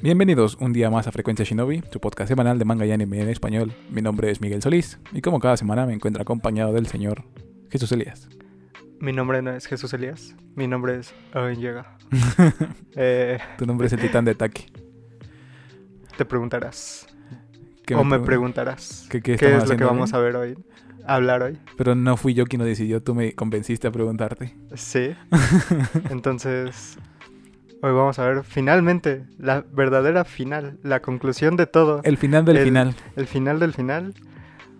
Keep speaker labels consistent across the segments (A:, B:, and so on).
A: Bienvenidos un día más a Frecuencia Shinobi, su podcast semanal de manga y anime en español. Mi nombre es Miguel Solís y como cada semana me encuentro acompañado del señor Jesús Elías.
B: Mi nombre no es Jesús Elías, mi nombre es Owen Llega. Eh,
A: Tu nombre es el titán de ataque.
B: te preguntarás,
A: ¿Qué
B: o me
A: pregun-
B: preguntarás,
A: ¿Qué-
B: ¿qué,
A: qué estamos
B: es lo que
A: haciendo,
B: vamos
A: no?
B: a ver hoy? Hablar hoy,
A: Pero no fui yo quien lo decidió, tú me convenciste a preguntarte.
B: sí. Entonces, hoy vamos a ver finalmente la verdadera final, la conclusión de todo, el,
A: El final del
B: El-
A: final.
B: final del final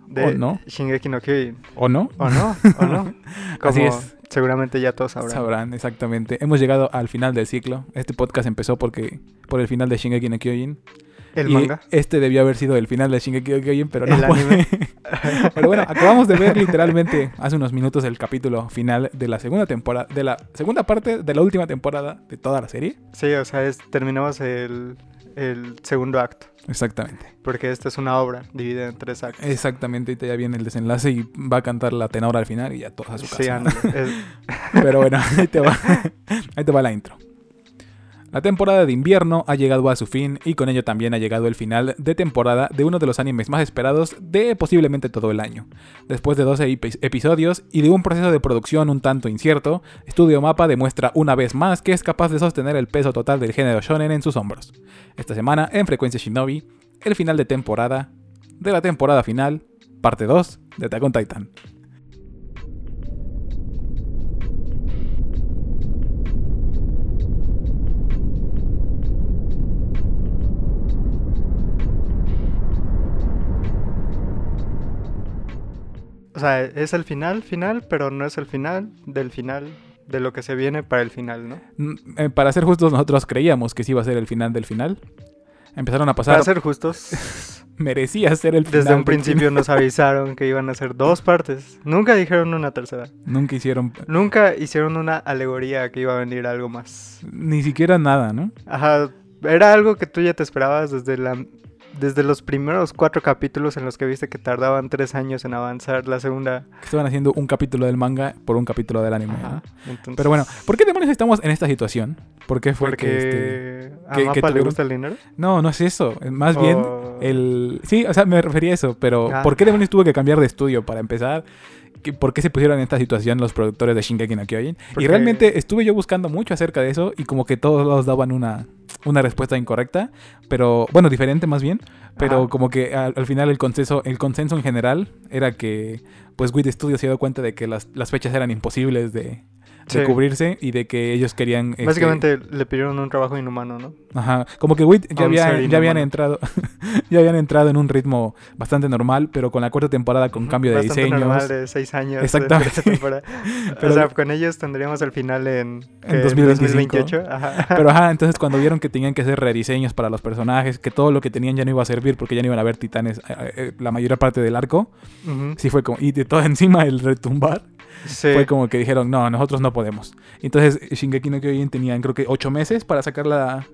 B: de
A: Eh. ¿O no?
B: Shingeki no Kyojin.
A: ¿O no?
B: ¿O no? ¿O no? Como
A: Así es.
B: seguramente ya todos sabrán.
A: Sabrán, exactamente. Hemos llegado al final del ciclo. Este podcast empezó porque por el final de Shingeki no Kyojin.
B: El
A: Y
B: manga.
A: Este debió haber sido el final de Shingeki no Kyojin, pero no
B: El
A: fue.
B: anime.
A: pero bueno, acabamos de ver literalmente hace unos minutos el capítulo final de la segunda temporada, de la segunda parte de la última temporada de toda la serie.
B: Sí, o sea, es- terminamos el, el segundo acto.
A: Exactamente.
B: Porque esta es una obra dividida en tres actos.
A: Exactamente, ahorita ya viene el desenlace y va a cantar la tenora al final y ya todos a su casa.
B: Sí, ándale, es-
A: Pero bueno, ahí te va, ahí te va la intro. La temporada de invierno ha llegado a su fin y con ello también ha llegado el final de temporada de uno de los animes más esperados de posiblemente todo el año. Después de 12 epi- episodios y de un proceso de producción un tanto incierto, Studio Mapa demuestra una vez más que es capaz de sostener el peso total del género shonen en sus hombros. Esta semana, en Frecuencia Shinobi, el final de temporada de la temporada final, parte 2 de Attack on Titan.
B: o sea, es el final, final, pero no es el final del final de lo que se viene para el final, ¿no?
A: Mm, eh, Para ser justos, nosotros creíamos que sí iba a ser el final del final. Empezaron a pasar.
B: Para ser justos,
A: Merecía ser el final.
B: desde un
A: del
B: principio nos avisaron que iban a ser dos partes. Nunca dijeron una tercera.
A: final. Nunca hicieron
B: Nunca hicieron una alegoría que iba a venir algo más.
A: ni siquiera nada, ¿no?
B: Ajá, era algo que tú ya te esperabas desde la... Desde los primeros cuatro capítulos en los que viste que tardaban tres años en avanzar la segunda.
A: Que estaban haciendo un capítulo del manga por un capítulo del anime.
B: Ajá,
A: ¿no?
B: entonces-
A: Pero bueno, ¿por qué demonios estamos en esta situación? ¿Por qué fue
B: Porque
A: que.? este,
B: a
A: que- que
B: Mapa le
A: tuvieron-
B: gusta el dinero.
A: No, no es eso. Más bien.
B: O-
A: El... Sí, o sea, me refería a eso, pero
B: Ah.
A: ¿por qué demonios tuvo que cambiar de estudio para empezar? ¿Qué- ¿Por qué se pusieron en esta situación los productores de Shingeki no Kyojin? Y
B: Porque-
A: realmente estuve yo buscando mucho acerca de eso y como que todos lados daban una, una respuesta incorrecta, pero bueno, diferente más bien, pero
B: Ajá.
A: como que al, al final el consenso, el consenso en general era que pues Wit Studio se dio cuenta de que las, las fechas eran imposibles de, de
B: Sí.
A: cubrirse y de que ellos querían... este,
B: Básicamente le pidieron un trabajo inhumano, ¿no?
A: Ajá, como que Wit ya,
B: A un
A: había-
B: ser
A: ya habían
B: inhumano.
A: entrado ya habían entrado en un ritmo bastante normal, pero con la cuarta temporada con cambio de
B: Bastante
A: diseños
B: normal eh. de seis años. de
A: Exactamente.
B: esta temporada.
A: Pero-
B: o sea, con ellos tendríamos el final en, ¿qué?
A: 2025.
B: 2028. Ajá.
A: Pero ajá, entonces cuando vieron que tenían que hacer rediseños para los personajes, que todo lo que tenían ya no iba a servir porque ya no iban a haber titanes eh, eh, la mayor parte del arco,
B: Ujú.
A: sí fue como y de todo encima el retumbar,
B: Sí.
A: fue como que dijeron, "No, nosotros no podemos." Entonces Shingeki no Kyojin tenían creo que ocho meses para sacar la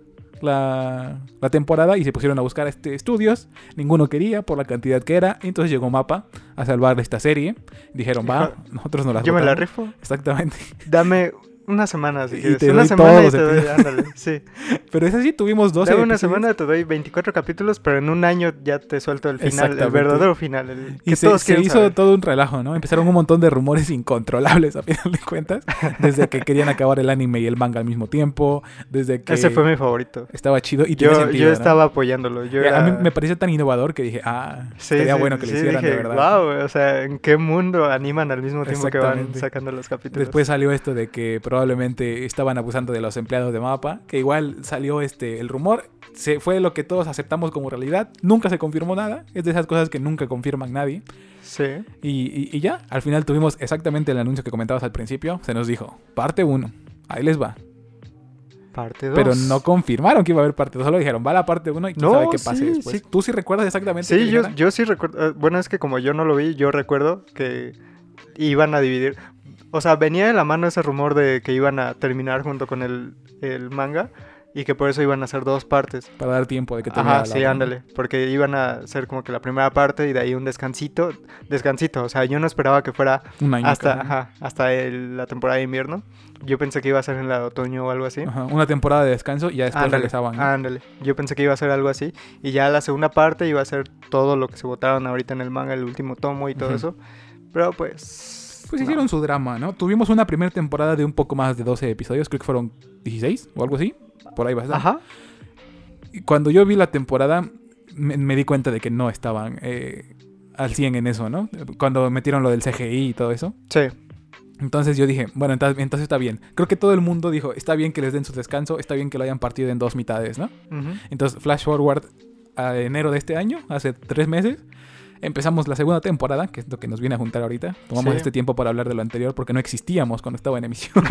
A: la, la temporada y se pusieron a buscar este, estudios, ninguno quería por la cantidad que era, y entonces llegó Mapa a salvar esta serie, dijeron, va,
B: Hijo,
A: nosotros no la
B: Yo me la
A: botamos".
B: rifo.
A: Exactamente.
B: Dame una semana, si
A: Y
B: quieres.
A: te
B: Una
A: doy
B: semana y
A: todos
B: te
A: los
B: doy.
A: episodios.
B: Ándale, sí.
A: Pero es así, tuvimos 12
B: Dame una
A: episodios.
B: semana, te doy 24 capítulos, pero en un año ya te suelto el final, el
A: Exactamente.
B: verdadero final. El que
A: Y se,
B: todos
A: se
B: quieren
A: hizo
B: saber.
A: todo un relajo, ¿no? Empezaron un montón de rumores incontrolables, a final de cuentas. Desde que querían acabar el anime y el manga al mismo tiempo. Desde que
B: Ese fue mi favorito.
A: estaba chido. Y tiene
B: Yo,
A: sentido,
B: yo
A: ¿no?
B: estaba apoyándolo. Yo
A: Y A mí
B: era-
A: me pareció tan innovador que dije, ah,
B: Sí,
A: sería
B: sí,
A: bueno que lo
B: sí,
A: hicieran, de
B: dije,
A: verdad.
B: "Guau", o sea, ¿en qué mundo animan al mismo tiempo que van
A: Exactamente.
B: sacando los capítulos?
A: Después salió esto de que probablemente estaban abusando de los empleados de Mapa, que igual salió este el rumor, se fue lo que todos aceptamos como realidad, nunca se confirmó nada, es de esas cosas que nunca confirman nadie.
B: Sí,
A: Y, y- y ya, al final tuvimos exactamente el anuncio que comentabas al principio. Se nos dijo, parte 1. Ahí les va.
B: parte 2.
A: Pero no confirmaron que iba a haber parte 2. Solo dijeron, va la parte 1 y quién
B: No,
A: sabe qué pase
B: sí,
A: después.
B: sí.
A: Tú sí recuerdas exactamente. qué
B: Sí, yo,
A: dijeron?
B: yo sí recuerdo. eh, Bueno, es que como yo no lo vi, yo recuerdo que iban a dividir. O sea, venía de la mano ese rumor de que iban a terminar junto con el, el manga. y que por eso iban a hacer dos partes.
A: Para dar tiempo de que terminara la
B: Ajá, sí,
A: otra, ¿no?
B: ándale, porque iban a hacer como que la primera parte y de ahí un descansito, descansito, o sea, yo no esperaba que fuera
A: Un año.
B: hasta,
A: creo, ¿no?
B: ajá, hasta el- la temporada de invierno, yo pensé que iba a ser en la de otoño o algo así.
A: Ajá, Una temporada de descanso y ya después
B: Ándale,
A: regresaban. ¿no?
B: ándale. Yo pensé que iba a ser algo así. Y ya la segunda parte iba a ser todo lo que se votaron ahorita en el manga, el último tomo y todo
A: Ujú.
B: eso. Pero pues.
A: Pues
B: no.
A: hicieron su drama, ¿no? Tuvimos una primera temporada de un poco más de 12 episodios, creo que fueron 16 o algo así. Por ahí va a estar.
B: Ajá.
A: Y Cuando yo vi la temporada, me, me di cuenta de que no estaban eh, al 100 en eso, ¿no? Cuando metieron lo del CGI y todo eso.
B: Sí.
A: Entonces yo dije, bueno, entonces, entonces está bien. Creo que todo el mundo dijo, está bien que les den su descanso, está bien que lo hayan partido en dos mitades, ¿no?
B: Ujú.
A: Entonces, flash forward a enero de este año, hace tres meses, empezamos la segunda temporada, que es lo que nos viene a juntar ahorita. Tomamos
B: Sí.
A: este tiempo para hablar de lo anterior porque no existíamos cuando estaba en emisión.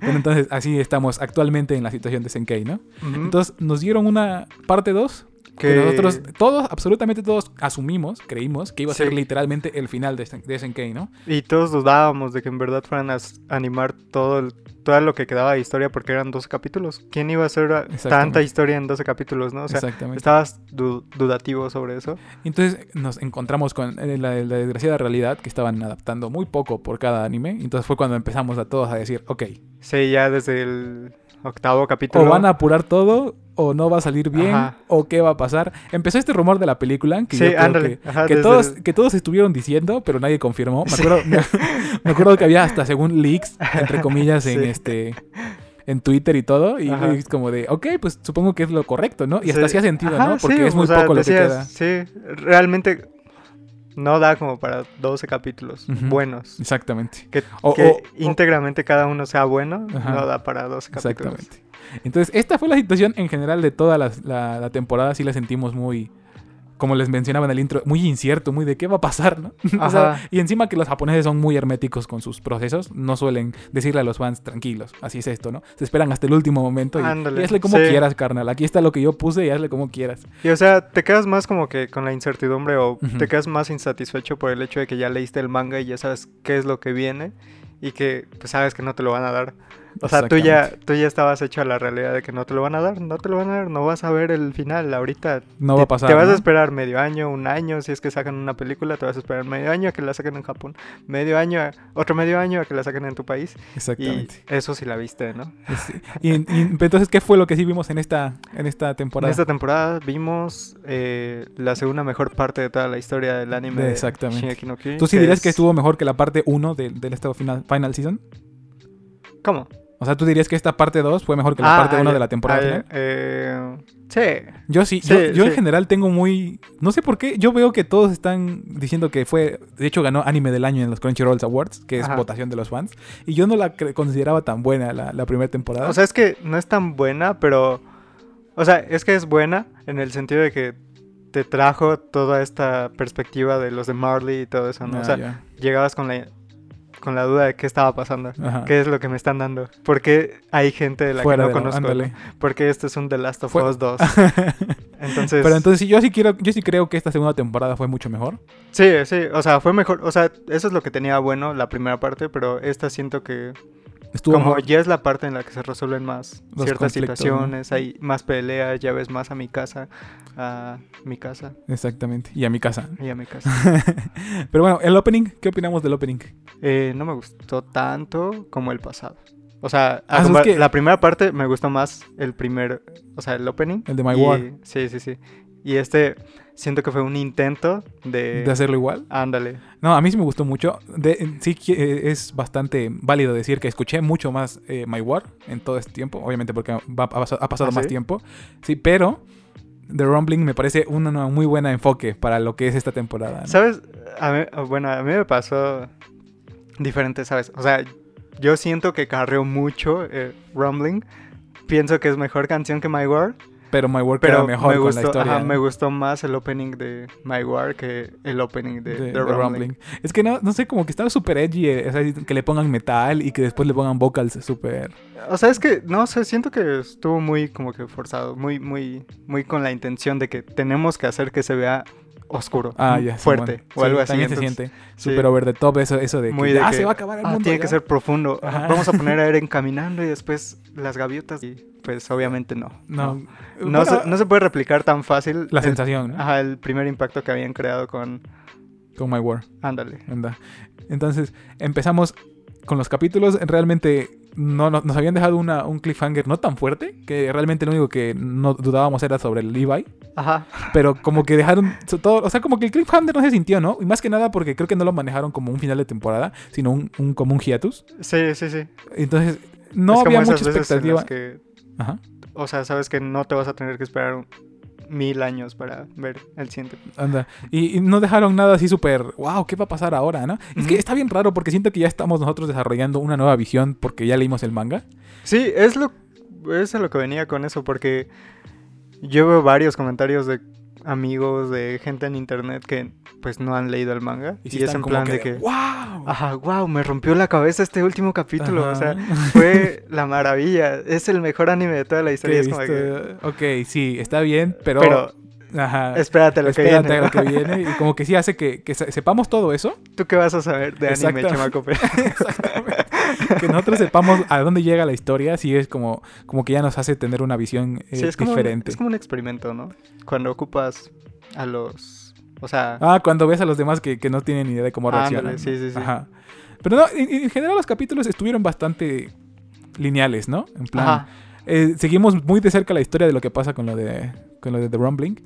A: bueno, entonces así estamos actualmente en la situación de Senkei, ¿no?
B: Ujú.
A: Entonces nos dieron una parte 2 que...
B: Mm. Que-
A: nosotros todos, absolutamente todos, asumimos, creímos que iba a ser
B: Sí.
A: literalmente el final de, Sen- de Senkei, ¿no?
B: Y todos dudábamos de que en verdad fueran a s- animar todo, el- todo lo que quedaba de historia porque eran 12 capítulos. ¿Quién iba a hacer a-
A: Exactamente.
B: tanta historia en 12 capítulos, no? O sea,
A: Exactamente.
B: estabas du- dudativo sobre eso.
A: Entonces nos encontramos con eh, la, la desgraciada realidad que estaban adaptando muy poco por cada anime. Entonces fue cuando empezamos a todos a decir, ok,
B: Sí, ya desde el octavo capítulo.
A: o van a apurar todo, o no va a salir bien,
B: Ajá.
A: o qué va a pasar. Empezó este rumor de la película que,
B: Sí,
A: yo creo
B: ándale.
A: que,
B: Ajá,
A: que
B: desde
A: todos,
B: el-
A: que todos estuvieron diciendo, pero nadie confirmó. Me
B: Sí.
A: acuerdo, me, me acuerdo que había hasta según leaks, entre comillas, en
B: Sí.
A: este en Twitter y todo, y
B: Ajá.
A: es como de, ok, pues supongo que es lo correcto, ¿no? Y hasta
B: Sí.
A: hacía sentido,
B: Ajá,
A: ¿no? Porque
B: sí,
A: es muy
B: o sea,
A: poco lo que
B: decías,
A: queda.
B: Sí, realmente no da como para 12 capítulos
A: Ujú.
B: buenos.
A: Exactamente.
B: Que,
A: O-
B: que
A: o-
B: íntegramente cada uno sea bueno,
A: Ajá.
B: no da para 12 capítulos.
A: Exactamente. Entonces, esta fue la situación en general de toda las- la, la temporada. Sí la sentimos muy, como les mencionaba en el intro, muy incierto, muy de qué va a pasar, ¿no? O sea,
B: Ajá.
A: y encima que los japoneses son muy herméticos con sus procesos, no suelen decirle a los fans, tranquilos, así es esto, ¿no? Se esperan hasta el último momento y,
B: Ándale,
A: y hazle como
B: sí.
A: quieras, carnal. Aquí está lo que yo puse y hazle como quieras.
B: Y o sea, te quedas más como que con la incertidumbre o
A: Ujú.
B: te quedas más insatisfecho por el hecho de que ya leíste el manga y ya sabes qué es lo que viene y que pues, sabes que no te lo van a dar. O sea, tú ya, tú ya estabas hecho a la realidad de que no te lo van a dar, no te lo van a dar, no vas a ver el final ahorita.
A: No
B: Te-
A: va a pasar.
B: Te vas
A: ¿no?
B: a esperar medio año, un año, si es que sacan una película, te vas a esperar medio año a que la saquen en Japón, medio año, a- otro medio año a que la saquen en tu país. Y
A: Exactamente.
B: eso sí la viste, ¿no?
A: Sí. Y, en- y entonces, ¿qué fue lo que sí vimos en esta, en esta temporada?
B: En esta temporada vimos eh, la segunda mejor parte de toda la historia del anime. de
A: Exactamente.
B: Shingeki no Kyojin,
A: ¿Tú sí dirías que
B: es-
A: estuvo mejor que la parte 1 del del estado final, final Season?
B: ¿Cómo?
A: O sea, ¿tú dirías que esta parte 2 fue mejor que la
B: Ah,
A: parte 1
B: ah,
A: de la temporada
B: ah,
A: final?
B: eh, sí.
A: Yo sí,
B: Sí,
A: yo, yo en
B: sí.
A: general tengo muy... No sé por qué, yo veo que todos están diciendo que fue... De hecho, ganó Anime del Año en los Crunchyroll Awards, que es
B: Ajá.
A: votación de los fans. Y yo no la cre- consideraba tan buena la, la primera temporada.
B: O sea, es que no es tan buena, pero. O sea, es que es buena en el sentido de que te trajo toda esta perspectiva de los de Marley y todo eso, ¿no?
A: Ah,
B: o sea,
A: ya.
B: llegabas con la, con la duda de qué estaba pasando.
A: Ajá.
B: ¿Qué es lo que me están dando? ¿Por qué hay gente de la
A: Ah. Fuera
B: que no
A: de la-
B: conozco?
A: ándale.
B: Porque este es un The Last of
A: Fue-
B: Us 2. Entonces,
A: Pero entonces sí, yo sí quiero, yo sí creo que esta segunda temporada fue mucho mejor.
B: Sí, sí. O sea, fue mejor. O sea, eso es lo que tenía bueno la primera parte, pero esta siento que
A: Estuvo
B: como
A: mejor.
B: ya es la parte en la que se resuelven más
A: Los
B: ciertas
A: conflictos, ¿no?
B: situaciones, hay más peleas, ya ves más a mi casa, a mi casa
A: Exactamente. Y a mi casa.
B: y a mi casa.
A: Pero bueno, el opening, ¿qué opinamos del opening?
B: Eh, no me gustó tanto como el pasado. O sea,
A: Ah,
B: a
A: es
B: compar-
A: que-
B: la primera parte me gustó más el primer, o sea, el opening.
A: El de My
B: y-
A: War.
B: Sí, sí, sí. Y este siento que fue un intento de...
A: ¿De hacerlo igual?
B: Ándale.
A: No, a mí sí me gustó mucho. De- sí que, eh, es bastante válido decir que escuché mucho más eh, My War en todo este tiempo. Obviamente porque va- ha, pasado- ha pasado
B: ¿Ah,
A: más
B: sí?
A: tiempo. Sí, pero The Rumbling me parece un, una muy buen enfoque para lo que es esta temporada. ¿no?
B: ¿Sabes? A mí- ah, bueno, a mí me pasó diferente, ¿sabes? O sea, yo siento que carreo mucho eh, Rumbling. Pienso que es mejor canción que My War,
A: Pero My War queda
B: pero
A: mejor
B: me,
A: con
B: gustó,
A: la historia. ¿eh?
B: ajá,
A: ¿no?
B: me gustó más el opening de My War que el opening de,
A: de,
B: de
A: de
B: Rumbling.
A: Rumbling. Es que no, no sé, como que estaba súper edgy. eh, o sea, que le pongan metal y que después le pongan vocals súper.
B: O sea, es que, no sé, siento que estuvo muy como que forzado, muy, muy, muy con la intención de que tenemos que hacer que se vea oscuro,
A: Ah,
B: mm,
A: ya. sí,
B: fuerte
A: bueno.
B: o algo
A: Sí,
B: así.
A: También
B: entonces,
A: se siente
B: sí.
A: súper over the top eso, eso de que.
B: Muy de
A: ah,
B: que,
A: se va a acabar el
B: ah,
A: mundo.
B: tiene
A: ya".
B: que ser profundo. Ajá,
A: Ajá.
B: Vamos a poner a Eren caminando y después las gaviotas y pues obviamente no.
A: No,
B: No,
A: Bueno,
B: se, no se puede replicar tan fácil
A: la
B: el-
A: sensación, ¿no?
B: ajá, el primer impacto que habían creado con
A: Con My War.
B: Ándale.
A: Anda. Entonces, empezamos con los capítulos. Realmente no, no- nos habían dejado una, un cliffhanger no tan fuerte, que realmente lo único que no dudábamos era sobre el Levi.
B: Ajá.
A: Pero como que dejaron so- todo, o sea, como que el cliffhanger no se sintió, ¿no? Y más que nada porque creo que no lo manejaron como un final de temporada, sino un, un- como un hiatus.
B: Sí, sí, sí.
A: Entonces, no
B: Es como
A: había mucha
B: esas veces en
A: expectativa.
B: las que,
A: Ajá.
B: o sea, sabes que no te vas a tener que esperar un- mil años para ver el siguiente.
A: Anda. Y, y no dejaron nada así súper, wow, ¿qué va a pasar ahora, no? Es que
B: Ujú.
A: está bien raro porque siento que ya estamos nosotros desarrollando una nueva visión porque ya leímos el manga.
B: Sí, es lo es a lo que venía con eso porque yo veo varios comentarios de amigos de gente en internet que pues no han leído el manga
A: Y,
B: y,
A: sí
B: es
A: están
B: en
A: como
B: plan
A: que,
B: de que ah,
A: wow.
B: Ajá, wow, me rompió la cabeza este último capítulo, o sea,
A: Ajá.
B: fue la maravilla, es el mejor anime de toda la historia,
A: Que
B: es como de que,
A: esto- Ok, sí, está bien, pero...
B: pero
A: ajá,
B: espérate lo que
A: ah, espérate
B: viene,
A: a lo que
B: ¿no?
A: viene. Y como que sí hace que, que se- sepamos todo eso.
B: ¿Tú qué vas a saber de anime,
A: Exactamente.
B: chamaco?
A: Exactamente. que nosotros sepamos a dónde llega la historia. Sí, es como, como que ya nos hace tener una visión eh,
B: Sí, es como, un-
A: diferente.
B: es como un experimento, ¿no? Cuando ocupas a los. O sea,
A: Ah, cuando ves a los demás que, que no tienen ni idea de cómo
B: Ándale,
A: reaccionan.
B: sí, sí, sí.
A: Ajá. Pero no, en, en general los capítulos estuvieron bastante lineales, ¿no? En plan,
B: ajá,
A: Eh, seguimos muy de cerca la historia de lo que pasa con lo de, con lo de The Rumbling,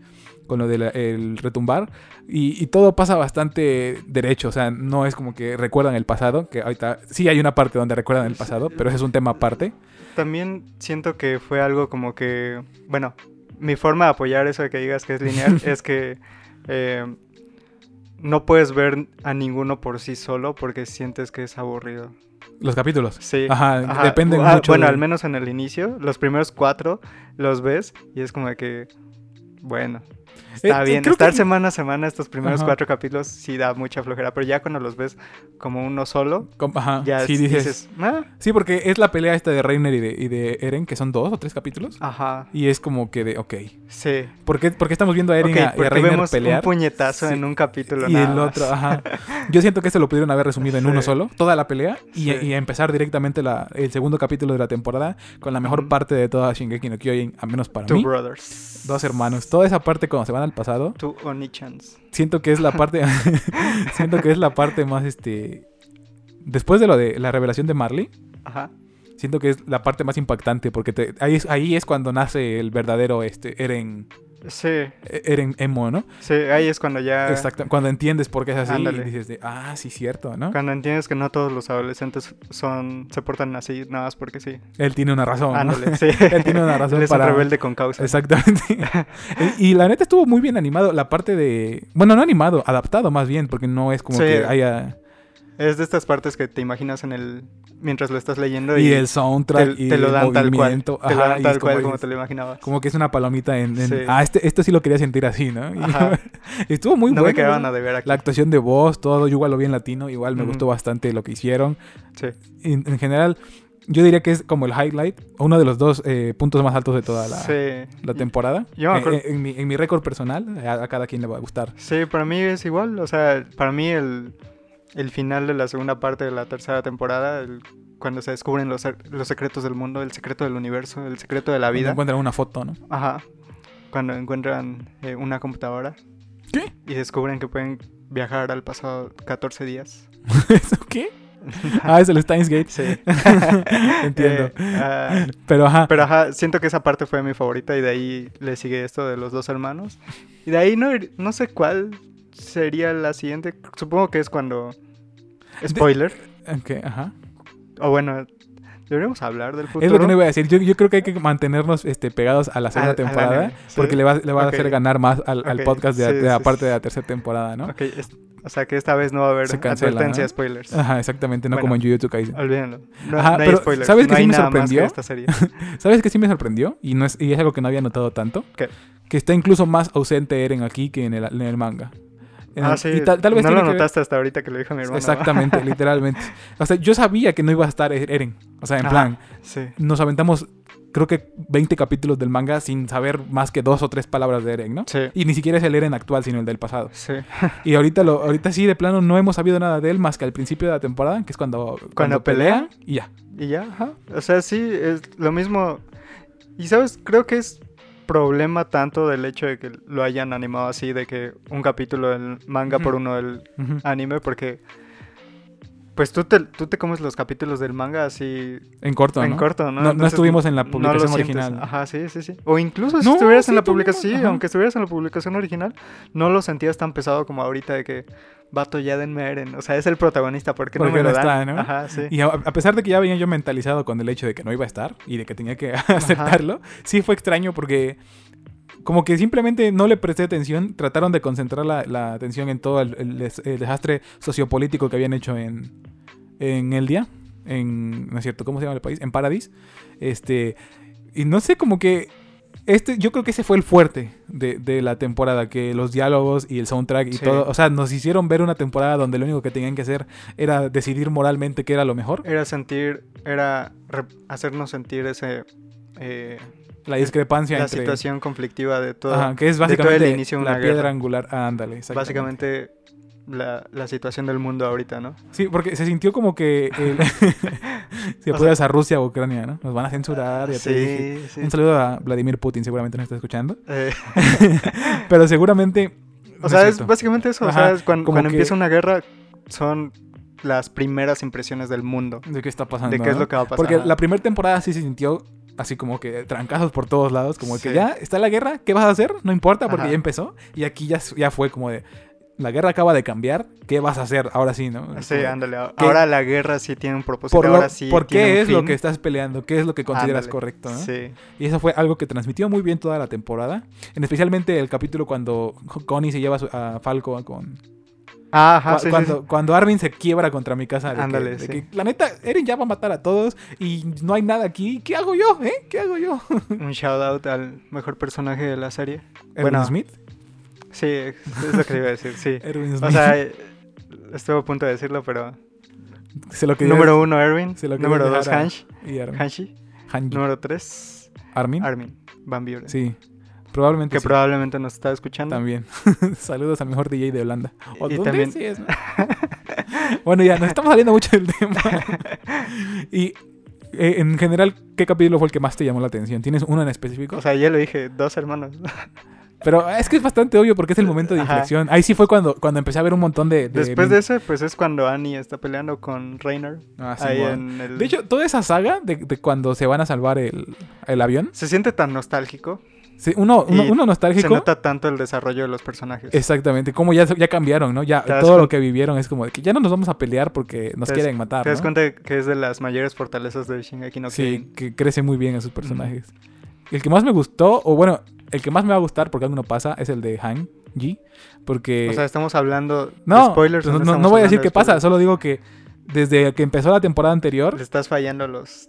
A: con lo del el retumbar, y, y todo pasa bastante derecho, o sea, no es como que recuerdan el pasado, que ahorita sí hay una parte donde recuerdan el pasado, pero ese es un tema aparte.
B: también siento que fue algo como que. Bueno, mi forma de apoyar eso de que digas que es lineal es que. eh, no puedes ver a ninguno por sí solo porque sientes que es aburrido.
A: Los capítulos.
B: Sí.
A: Ajá, dependen
B: Ah,
A: mucho
B: Bueno,
A: de-
B: al menos en el inicio, los primeros cuatro los ves y es como de que. Bueno, Está
A: Eh,
B: bien,
A: creo que-
B: estar semana a semana estos primeros
A: Ajá.
B: cuatro capítulos sí da mucha flojera, pero ya cuando los ves como uno solo,
A: com- ajá,
B: ya
A: sí,
B: es-
A: dices,
B: dices, "Ah,
A: Sí, porque es la pelea esta de Reiner y de, y de Eren, que son dos o tres capítulos,
B: ajá,
A: y es como que de, ok,
B: sí.
A: ¿por qué, por qué estamos viendo a Eren
B: Ok,
A: y a- y a
B: porque
A: Reiner
B: vemos un
A: pelear?
B: puñetazo
A: Sí,
B: en un capítulo
A: Y
B: nada
A: el
B: más.
A: otro, ah, ajá. Yo siento que este lo pudieron haber resumido en uno
B: Sí.
A: solo, toda la pelea, y,
B: Sí.
A: y empezar directamente la- el segundo capítulo de la temporada con la mejor
B: Ujú.
A: parte de toda Shingeki no Kyojin, a menos para
B: Two
A: mí.
B: brothers.
A: Dos hermanos. Toda esa parte cuando se van al pasado,
B: Two Oni-chans.
A: siento que es la parte. siento que es la parte más este. Después de lo de la revelación de Marley,
B: Ajá.
A: siento que es la parte más impactante, porque te- ahí, es, ahí es cuando nace el verdadero este, Eren,
B: Sí,
A: Eren Emo, ¿no?
B: sí, ahí es cuando ya.
A: Exacto. Cuando entiendes por qué es así
B: Ah. Ándale.
A: y dices, de, ah, sí, cierto, ¿no?
B: Cuando entiendes que no todos los adolescentes son se portan así nada más porque sí.
A: Él tiene una razón. Ah, ¿no?
B: Ándale, sí.
A: Él tiene una razón
B: Él es un
A: para-
B: rebelde con causa.
A: Exactamente. y, y la neta estuvo muy bien animado. La parte de. Bueno, no animado, adaptado más bien, porque no es como
B: Sí.
A: que haya.
B: Es de estas partes que te imaginas en el mientras lo estás leyendo y,
A: Y el soundtrack
B: te,
A: y
B: te lo
A: el
B: dan tal cual.
A: movimiento.
B: Te lo
A: Ajá,
B: dan
A: y
B: tal
A: es
B: cual
A: como,
B: como te lo imaginabas.
A: como que es una palomita en. en,
B: Sí.
A: Ah, este, esto sí lo quería sentir así, ¿no? Y-
B: Ajá.
A: estuvo muy
B: no
A: bueno.
B: me quedaban
A: ¿no?
B: a deber aquí.
A: La actuación de voz, todo, yo igual lo vi en latino, igual me
B: Ujú.
A: gustó bastante lo que hicieron.
B: Sí.
A: En, en general, yo diría que es como el highlight, uno de los dos eh, puntos más altos de toda la,
B: sí.
A: la temporada.
B: Yo me
A: Eh,
B: acuerdo-
A: eh, en, mi, en mi récord personal, eh, a, a cada quien le va a gustar.
B: Sí, para mí es igual. O sea, para mí el, el final de la segunda parte de la tercera temporada, el- cuando se descubren los, ser- los secretos del mundo, el secreto del universo, el secreto de la
A: Cuando
B: vida.
A: encuentran una foto, ¿no?
B: Ajá. Cuando encuentran eh, una computadora
A: ¿Qué?
B: y descubren que pueden viajar al pasado 14 días.
A: ¿Eso qué? Ah, es el Steins Gate.
B: Sí.
A: Entiendo.
B: Eh, ah,
A: Pero ajá.
B: Pero ajá, siento que esa parte fue mi favorita y de ahí le sigue esto de los dos hermanos. Y de ahí no, no sé cuál sería la siguiente. Supongo que es cuando... Spoiler.
A: eh, ok, ajá.
B: O bueno, deberíamos hablar del futuro.
A: Es lo que no iba a decir. Yo, yo creo que hay que mantenernos este, pegados a la segunda
B: Al- al
A: temporada.
B: anime, sí.
A: Porque le va, le va
B: Ok.
A: a hacer ganar más al, al
B: Ok,
A: podcast de,
B: sí,
A: de la
B: sí,
A: parte
B: sí.
A: de la tercera temporada, ¿no?
B: Ok, es- o sea que esta vez no va a haber
A: Se cancela, ¿no?
B: advertencia de spoilers.
A: Ajá, exactamente, no
B: Bueno.
A: como en Jujutsu Kaisen.
B: Olvídenlo. No,
A: Ajá,
B: no hay
A: pero
B: spoilers.
A: ¿sabes
B: no
A: qué sí
B: hay
A: me
B: nada
A: sorprendió?
B: más que esta serie.
A: ¿Sabes qué sí me sorprendió? Y, no es, y es algo que no había notado tanto.
B: ¿Qué?
A: Que está incluso más ausente Eren aquí que en el, en el manga. En
B: ah,
A: el-
B: sí.
A: Eh, y tal, tal vez
B: no
A: tiene
B: lo
A: que ver-
B: notaste hasta ahorita que lo dijo mi hermano.
A: Exactamente, literalmente. O sea, yo sabía que no iba a estar E- Eren. O sea, en
B: Ajá.
A: plan,
B: Sí.
A: nos aventamos creo que 20 capítulos del manga sin saber más que dos o tres palabras de Eren, ¿no?
B: Sí.
A: Y ni siquiera es el Eren actual, sino el del pasado.
B: Sí.
A: Y ahorita lo, ahorita sí, de plano, no hemos sabido nada de él más que al principio de la temporada, que es cuando,
B: Cuando pelean.
A: y ya.
B: Y ya, ajá. O sea, sí, es lo mismo. Y sabes, creo que es problema tanto del hecho de que lo hayan animado así, de que un capítulo del manga por uno del
A: Ujú.
B: anime, porque pues tú te, tú te comes los capítulos del manga así
A: En corto,
B: en
A: ¿no?
B: corto, ¿no?
A: No, no
B: Entonces,
A: estuvimos en la
B: no lo
A: publicación
B: sientes.
A: original.
B: Ajá, sí, sí, sí. O incluso si
A: No,
B: estuvieras
A: sí
B: en la
A: tuvimos,
B: publicación, sí,
A: ajá.
B: aunque estuvieras en la publicación original, no lo sentías tan pesado como ahorita de que, vato, ya denme a Eren. O sea, es el protagonista, ¿por qué no
A: Porque
B: me lo
A: no
B: dan?
A: está, ¿no?
B: Ajá, sí.
A: Y a, a pesar de que ya venía yo mentalizado con el hecho de que no iba a estar y de que tenía que aceptarlo, sí fue extraño porque como que simplemente no le presté atención, trataron de concentrar la, la atención en todo el, el des- el desastre sociopolítico que habían hecho en, en el día, en, no es cierto, ¿cómo se llama el país? En Paradis. Este, y no sé, como que... Este, yo creo que ese fue el fuerte de, de la temporada, que los diálogos y el soundtrack y
B: Sí.
A: todo, o sea, nos hicieron ver una temporada donde lo único que tenían que hacer era decidir moralmente qué era lo mejor.
B: Era sentir, era re- hacernos sentir ese... eh,
A: La discrepancia
B: la
A: entre...
B: situación conflictiva de todo.
A: Ajá, que es
B: de todo el
A: básicamente
B: inicio de
A: la
B: una
A: piedra
B: guerra.
A: angular. Ah, ándale, exactamente.
B: Básicamente la, la situación del mundo ahorita, ¿no?
A: Sí, porque se sintió como que el- si
B: O
A: apoyas a Rusia o Ucrania, ¿no? Nos van a censurar. ya te dije.
B: sí, sí.
A: Un saludo a Vladimir Putin, seguramente nos está escuchando.
B: Eh,
A: Pero seguramente. no
B: O sea, es
A: cierto.
B: básicamente eso.
A: Ajá,
B: o sea, cuando,
A: como
B: cuando
A: que-
B: empieza una guerra, son las primeras impresiones del mundo.
A: ¿De qué está pasando?
B: De qué es
A: ¿no?
B: lo que va a pasar.
A: Porque
B: Pues, Ajá.
A: la primera temporada sí se sintió así como que trancazos por todos lados, como que
B: Sí.
A: ya está la guerra, ¿qué vas a hacer? No importa porque
B: Ajá.
A: ya empezó y aquí ya, ya fue como de, la guerra acaba de cambiar, ¿qué vas a hacer? Ahora sí, ¿no?
B: Sí,
A: Como de,
B: ándale. a-
A: ¿Qué?
B: Ahora la guerra sí tiene un propósito.
A: por, lo-
B: ahora sí
A: ¿por
B: tiene un
A: qué es lo
B: fin.
A: que estás peleando? ¿Qué es lo que consideras
B: Ándale,
A: correcto? ¿no?
B: Sí.
A: Y eso fue algo que transmitió muy bien toda la temporada, en especialmente el capítulo cuando Connie se lleva a su- a Falco con,
B: Ah, Ajá,
A: Cu-
B: sí, sí,
A: cuando,
B: sí.
A: cuando Armin se quiebra contra mi casa. De que-
B: Ándale,
A: de
B: sí.
A: que, la neta, Eren ya va a matar a todos y no hay nada aquí. ¿Qué hago yo? ¿Eh? ¿Qué hago yo?
B: Un shout out al mejor personaje de la serie.
A: Erwin
B: Bueno.
A: Smith.
B: Sí, es lo que iba a decir, sí.
A: Erwin Smith.
B: O sea, eh, estuve a punto de decirlo, pero.
A: se lo quería-
B: Número uno, Erwin.
A: se lo quería
B: Número dos,
A: dejar a-
B: Hansh.
A: y Armin.
B: Hanshi.
A: Hanji.
B: Número tres,
A: Armin.
B: Armin Van Buren.
A: Sí. Probablemente
B: Que
A: sí,
B: probablemente nos está escuchando.
A: también. Saludos al mejor DJ de Holanda. O
B: Y
A: donde
B: también-
A: sí es, ¿no? bueno, ya, nos estamos saliendo mucho del tema. y eh, en general, ¿qué capítulo fue el que más te llamó la atención? ¿Tienes uno en específico?
B: O sea, ya lo dije, dos hermanos.
A: Pero es que es bastante obvio porque es el momento de
B: Ajá.
A: inflexión. Ahí sí fue cuando, cuando empecé a ver un montón de...
B: Después de ese, pues es cuando Annie está peleando con Rainer.
A: Ah, sí,
B: ahí
A: bueno.
B: en el...
A: De hecho, toda esa saga de, de cuando se van a salvar el, el avión,
B: se siente tan nostálgico.
A: sí, uno, uno,
B: Y
A: uno
B: Se
A: nostálgico.
B: nota tanto el desarrollo de los personajes.
A: Exactamente, como ya, ya cambiaron, ¿no? Ya
B: Te das
A: todo lo
B: cuenta-
A: que vivieron es como de que ya no nos vamos a pelear porque nos
B: Te das-
A: quieren matar.
B: Te das
A: ¿no?
B: cuenta que es de las mayores fortalezas de Shingeki no
A: Sí,
B: Kyojin.
A: que crece muy bien a sus personajes. El que más me gustó, o bueno, el que más me va a gustar porque algo no pasa, es el de Han Ji. Porque.
B: O sea, estamos hablando
A: no, pues
B: de spoilers.
A: no,
B: no
A: no,
B: estamos
A: no voy a decir
B: hablando de
A: qué pasa,
B: spoilers.
A: solo digo que desde que empezó la temporada anterior,
B: Le estás fallando a los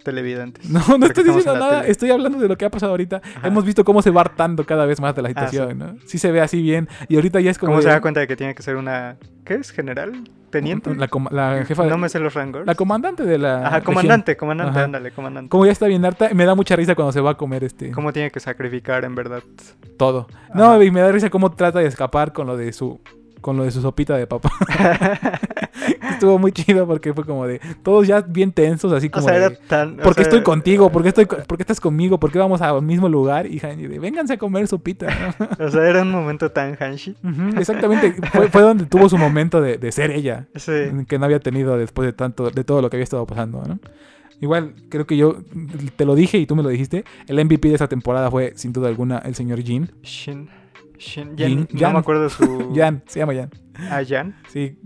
B: televidentes.
A: No, no
B: Porque
A: estoy
B: estamos
A: diciendo
B: en la
A: nada,
B: tele.
A: estoy hablando de lo que ha pasado ahorita.
B: Ajá.
A: Hemos visto cómo se va hartando cada vez más de la
B: Ah, sí.
A: situación, ¿no? Sí se ve así bien. Y ahorita ya es como.
B: ¿Cómo se
A: de-
B: da cuenta de que tiene que ser una... ¿Qué es? ¿General? ¿Teniente?
A: La, com- la jefa.
B: No me sé los rangos.
A: La comandante de la.
B: Ajá,
A: región.
B: comandante, comandante,
A: Ajá.
B: ándale, comandante.
A: Como ya está bien harta, me da mucha risa cuando se va a comer este
B: ¿Cómo tiene que sacrificar en verdad?
A: todo.
B: Ajá.
A: No, y me da risa cómo trata de escapar con lo de su con lo de su sopita de papá. Estuvo muy chido porque fue como de todos ya bien tensos, así
B: O
A: como
B: sea,
A: de,
B: era tan. o
A: ¿Por qué
B: sea,
A: estoy contigo? ¿Por qué, estoy, co- ¿Por qué estás conmigo? ¿Por qué vamos al mismo lugar? Y Hanji de, vénganse a comer sopita. ¿no?
B: O sea, era un momento tan Hanshi.
A: Ujú, Exactamente, fue, fue donde tuvo su momento de, de ser ella,
B: Sí.
A: que no había tenido después de tanto, de todo lo que había estado pasando, ¿no? Igual, creo que yo te lo dije y tú me lo dijiste. El MVP de esa temporada fue, sin duda alguna, el señor Jin.
B: Shin. Shin.
A: Jin-
B: Jan.
A: Jan.
B: No me acuerdo su.
A: Jan, se llama Jan.
B: Ah, Jan.
A: Sí.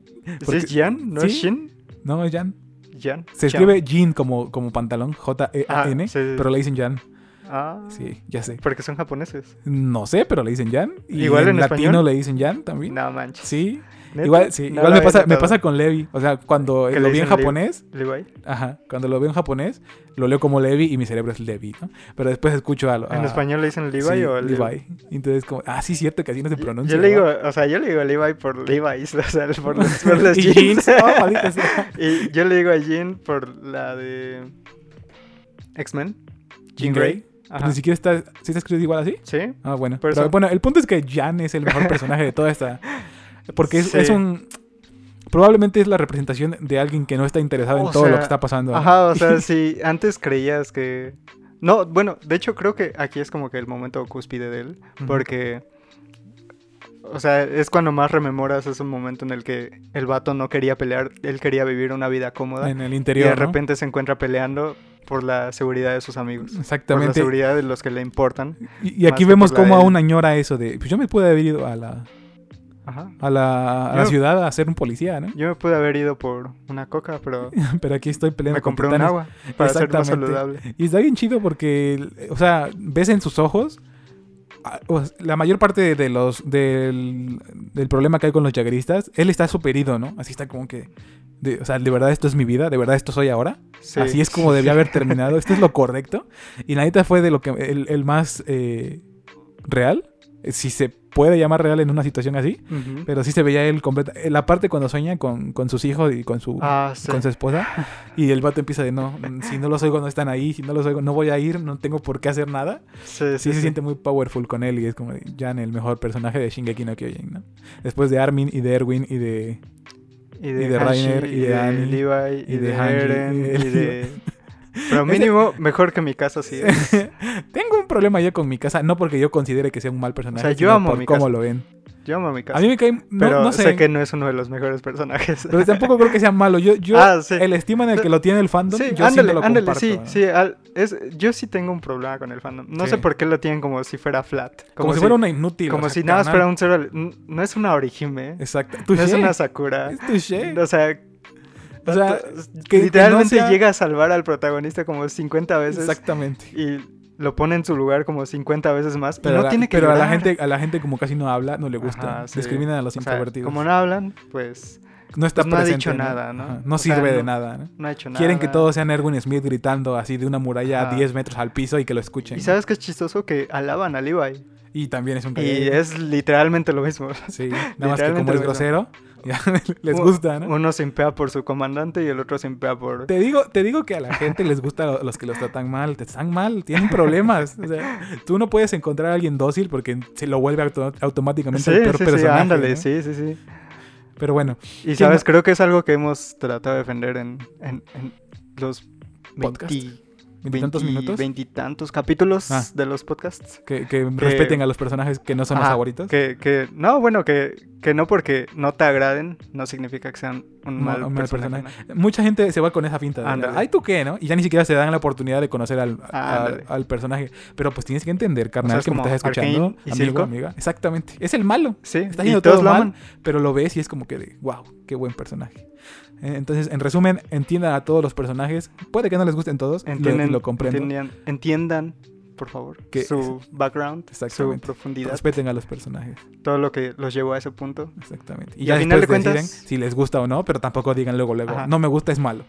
A: Porque-
B: ¿Sí ¿Es Jan? ¿No es
A: sí.
B: Shin?
A: No, es Jan.
B: Jan.
A: Se
B: Jan.
A: escribe Jin como, como pantalón, J-E-A-N,
B: Ah, sí, sí.
A: pero le dicen Jan.
B: Ah.
A: Sí, ya sé.
B: Porque son japoneses.
A: No sé, pero le dicen Jan. Y
B: Igual
A: en,
B: en
A: latino
B: español.
A: le dicen Jan también.
B: No manches.
A: Sí.
B: ¿Neta?
A: Igual, sí.
B: No
A: igual
B: lo
A: me
B: había
A: pasa, me
B: notado.
A: pasa con Levi. O sea, cuando
B: Que
A: lo
B: le
A: vi en
B: dicen Levi.
A: japonés,
B: Levi.
A: ajá, cuando lo veo en japonés, lo leo como Levi y mi cerebro es Levi, ¿no? Pero después escucho a lo.
B: ¿En
A: a-
B: español le dicen Levi
A: Ah, sí,
B: o
A: Levi? Entonces como, ah, sí, cierto que así no se pronuncia.
B: Yo le digo,
A: ¿verdad?
B: o sea, yo le digo Levi por Levi's, o sea, por los, por los
A: Y
B: jeans.
A: jeans. Oh, maldita sea.
B: y yo le digo a Jin por la de X-Men.
A: Jean Grey. Pero
B: Ajá.
A: Ni siquiera está. ¿Sí está escrito igual así?
B: Sí,
A: Ah, bueno.
B: Por
A: Pero
B: eso-
A: bueno, el punto es que Jan es el mejor personaje de toda esta. Porque es,
B: Sí.
A: es un. Probablemente es la representación de alguien que no está interesado en
B: O
A: todo lo
B: sea,
A: que está pasando. ¿no?
B: Ajá, o sea, si antes creías que... No, bueno, de hecho creo que aquí es como que el momento cúspide de él,
A: Ujú.
B: porque... O sea, es cuando más rememoras ese momento en el que el vato no quería pelear, él quería vivir una vida cómoda.
A: En el
B: Y
A: interior.
B: de
A: ¿no?
B: repente se encuentra peleando por la seguridad de sus amigos. Por la
A: Exactamente.
B: seguridad de los que le importan.
A: Y, y
B: más
A: aquí
B: que
A: vemos
B: por la
A: cómo
B: de él.
A: aún añora eso de. Pues yo me pude haber ido a la,
B: Ajá.
A: a la, a la
B: Yo-
A: ciudad a ser un policía, ¿no?
B: Yo me pude haber ido por una coca, pero
A: Pero aquí estoy peleando
B: me
A: con
B: compré un
A: titanes.
B: agua para ser más
A: Exactamente.
B: saludable.
A: Y está bien chido porque, o sea, ves en sus ojos. ah, o sea, La mayor parte de los del, del problema que hay con los jagueristas, él está súper ido, ¿no? Así está como que, de- o sea, de verdad esto es mi vida, de verdad esto soy ahora.
B: Sí,
A: Así es como
B: sí,
A: debía
B: sí.
A: haber terminado, esto es lo correcto. Y la neta fue de lo que el, el más eh, real, eh, si se puede llamar real en una situación así,
B: Ujú.
A: pero sí se veía él completa. eh, La parte cuando sueña con, con sus hijos y con su,
B: Ah, sí.
A: con su esposa. Y el vato empieza de no, mm, si no los oigo no están ahí, si no los oigo no voy a ir, no tengo por qué hacer nada.
B: Sí, sí,
A: Sí, se
B: sí.
A: siente muy powerful con él y es como de, Jan el mejor personaje de Shingeki no Kyojin, ¿no? Después de Armin y de Erwin y de...
B: Y
A: y de
B: Hashi,
A: Rainer, y de Annie,
B: Levi,
A: y de
B: y, de,
A: Hanji,
B: Eren,
A: y de
B: y de... Pero
A: Ese-
B: mínimo, mejor que mi casa sí ¿eh? es.
A: Tengo un problema yo con mi casa, no porque yo considere que sea un mal personaje,
B: O sea, yo
A: sino
B: amo
A: por
B: mi
A: cómo
B: casa.
A: lo ven.
B: Yo amo mi casa.
A: A mí me cae... No,
B: pero
A: no sé,
B: sé. que no es uno de los mejores personajes.
A: pero tampoco creo que sea malo. Yo, yo
B: ah, sí.
A: el estima en el que lo tiene el fandom,
B: Sí,
A: yo sí
B: ándale,
A: me lo
B: ándale,
A: comparto,
B: sí,
A: ¿no?
B: sí. al- es, yo sí tengo un problema con el fandom. No
A: Sí.
B: sé por qué lo tienen como si fuera flat.
A: Como, si fuera una inútil.
B: Como
A: o sea,
B: si nada más fuera
A: carnal.
B: un cero. al- n- No es una orihime.
A: Exacto.
B: No es
A: Touché,
B: una Sakura.
A: es touché.
B: O sea,
A: O sea, que no
B: literalmente
A: sea-
B: llega a salvar al protagonista como 50 veces
A: Exactamente.
B: y lo pone en su lugar como 50 veces más.
A: Pero,
B: y
A: a
B: no
A: la,
B: tiene que
A: pero a la
B: llorar.
A: gente, a la gente como casi no habla, no le gusta.
B: Ajá, sí.
A: Discriminan a los
B: O sea,
A: introvertidos.
B: como no hablan, pues
A: no está
B: pues no ha
A: presente,
B: dicho nada, ¿no?
A: Ajá,
B: O sea,
A: sirve de
B: no-
A: nada, ¿no?
B: no ha hecho nada.
A: Quieren que todos sean Erwin Smith gritando así de una muralla a
B: Ajá.
A: 10 metros al piso y que lo escuchen.
B: Y
A: ¿no?
B: sabes que es chistoso que alaban a Levi.
A: Y también es un
B: Y
A: callejero.
B: es literalmente lo mismo.
A: Sí, nada más que
B: literalmente
A: como es
B: lo mismo.
A: grosero, ya les
B: U-
A: gusta, ¿no?
B: Uno se impea por su comandante y el otro se impea por...
A: Te digo, te digo que a la gente les gusta lo- los que los tratan mal, te están mal, tienen problemas. O sea, tú no puedes encontrar a alguien dócil porque se lo vuelve auto- automáticamente
B: Sí,
A: el peor
B: sí, sí,
A: personaje.
B: ándale,
A: ¿no?
B: sí, sí, sí.
A: Pero bueno,
B: Y
A: Sí,
B: sabes,
A: no-
B: creo que es algo que hemos tratado de defender en, en- en los
A: Podcast.
B: 20
A: veintitantos
B: veinti-
A: minutos
B: veintitantos capítulos
A: Ah.
B: de los podcasts.
A: que, que respeten a los personajes que no son los
B: Ajá,
A: favoritos.
B: Que, que- no, bueno, que, que no porque no te agraden, no significa que sean un
A: No,
B: mal,
A: un mal
B: personaje.
A: personaje. Mucha gente se va con esa finta. de,
B: Ándale.
A: Ay, tú qué, ¿no? Y ya ni siquiera se dan la oportunidad de conocer al,
B: Ah,
A: a-
B: ándale.
A: al personaje. Pero pues tienes que entender, carnal,
B: es
A: que me
B: como
A: estás escuchando,
B: Arcane y
A: amigo,
B: Silco.
A: amiga. Exactamente. Es el malo,
B: Sí,
A: Está
B: y
A: haciendo
B: todos
A: todo
B: lo
A: mal.
B: aman.
A: pero lo ves y es como que de, wow, qué buen personaje. Eh, Entonces, en resumen, entiendan a todos los personajes. Puede que no les gusten todos, lo-
B: Entienden,
A: lo, comprendo.
B: Entiendan, entiendan, por favor,
A: Que-
B: su background, su
A: Exactamente.
B: profundidad,
A: Respeten a los personajes,
B: todo lo que los llevó a ese punto.
A: exactamente. Y,
B: Y
A: ya
B: al final
A: después
B: de
A: deciden
B: cuentas-
A: si les gusta o no, pero tampoco digan luego, luego,
B: Ajá.
A: no me gusta, es malo.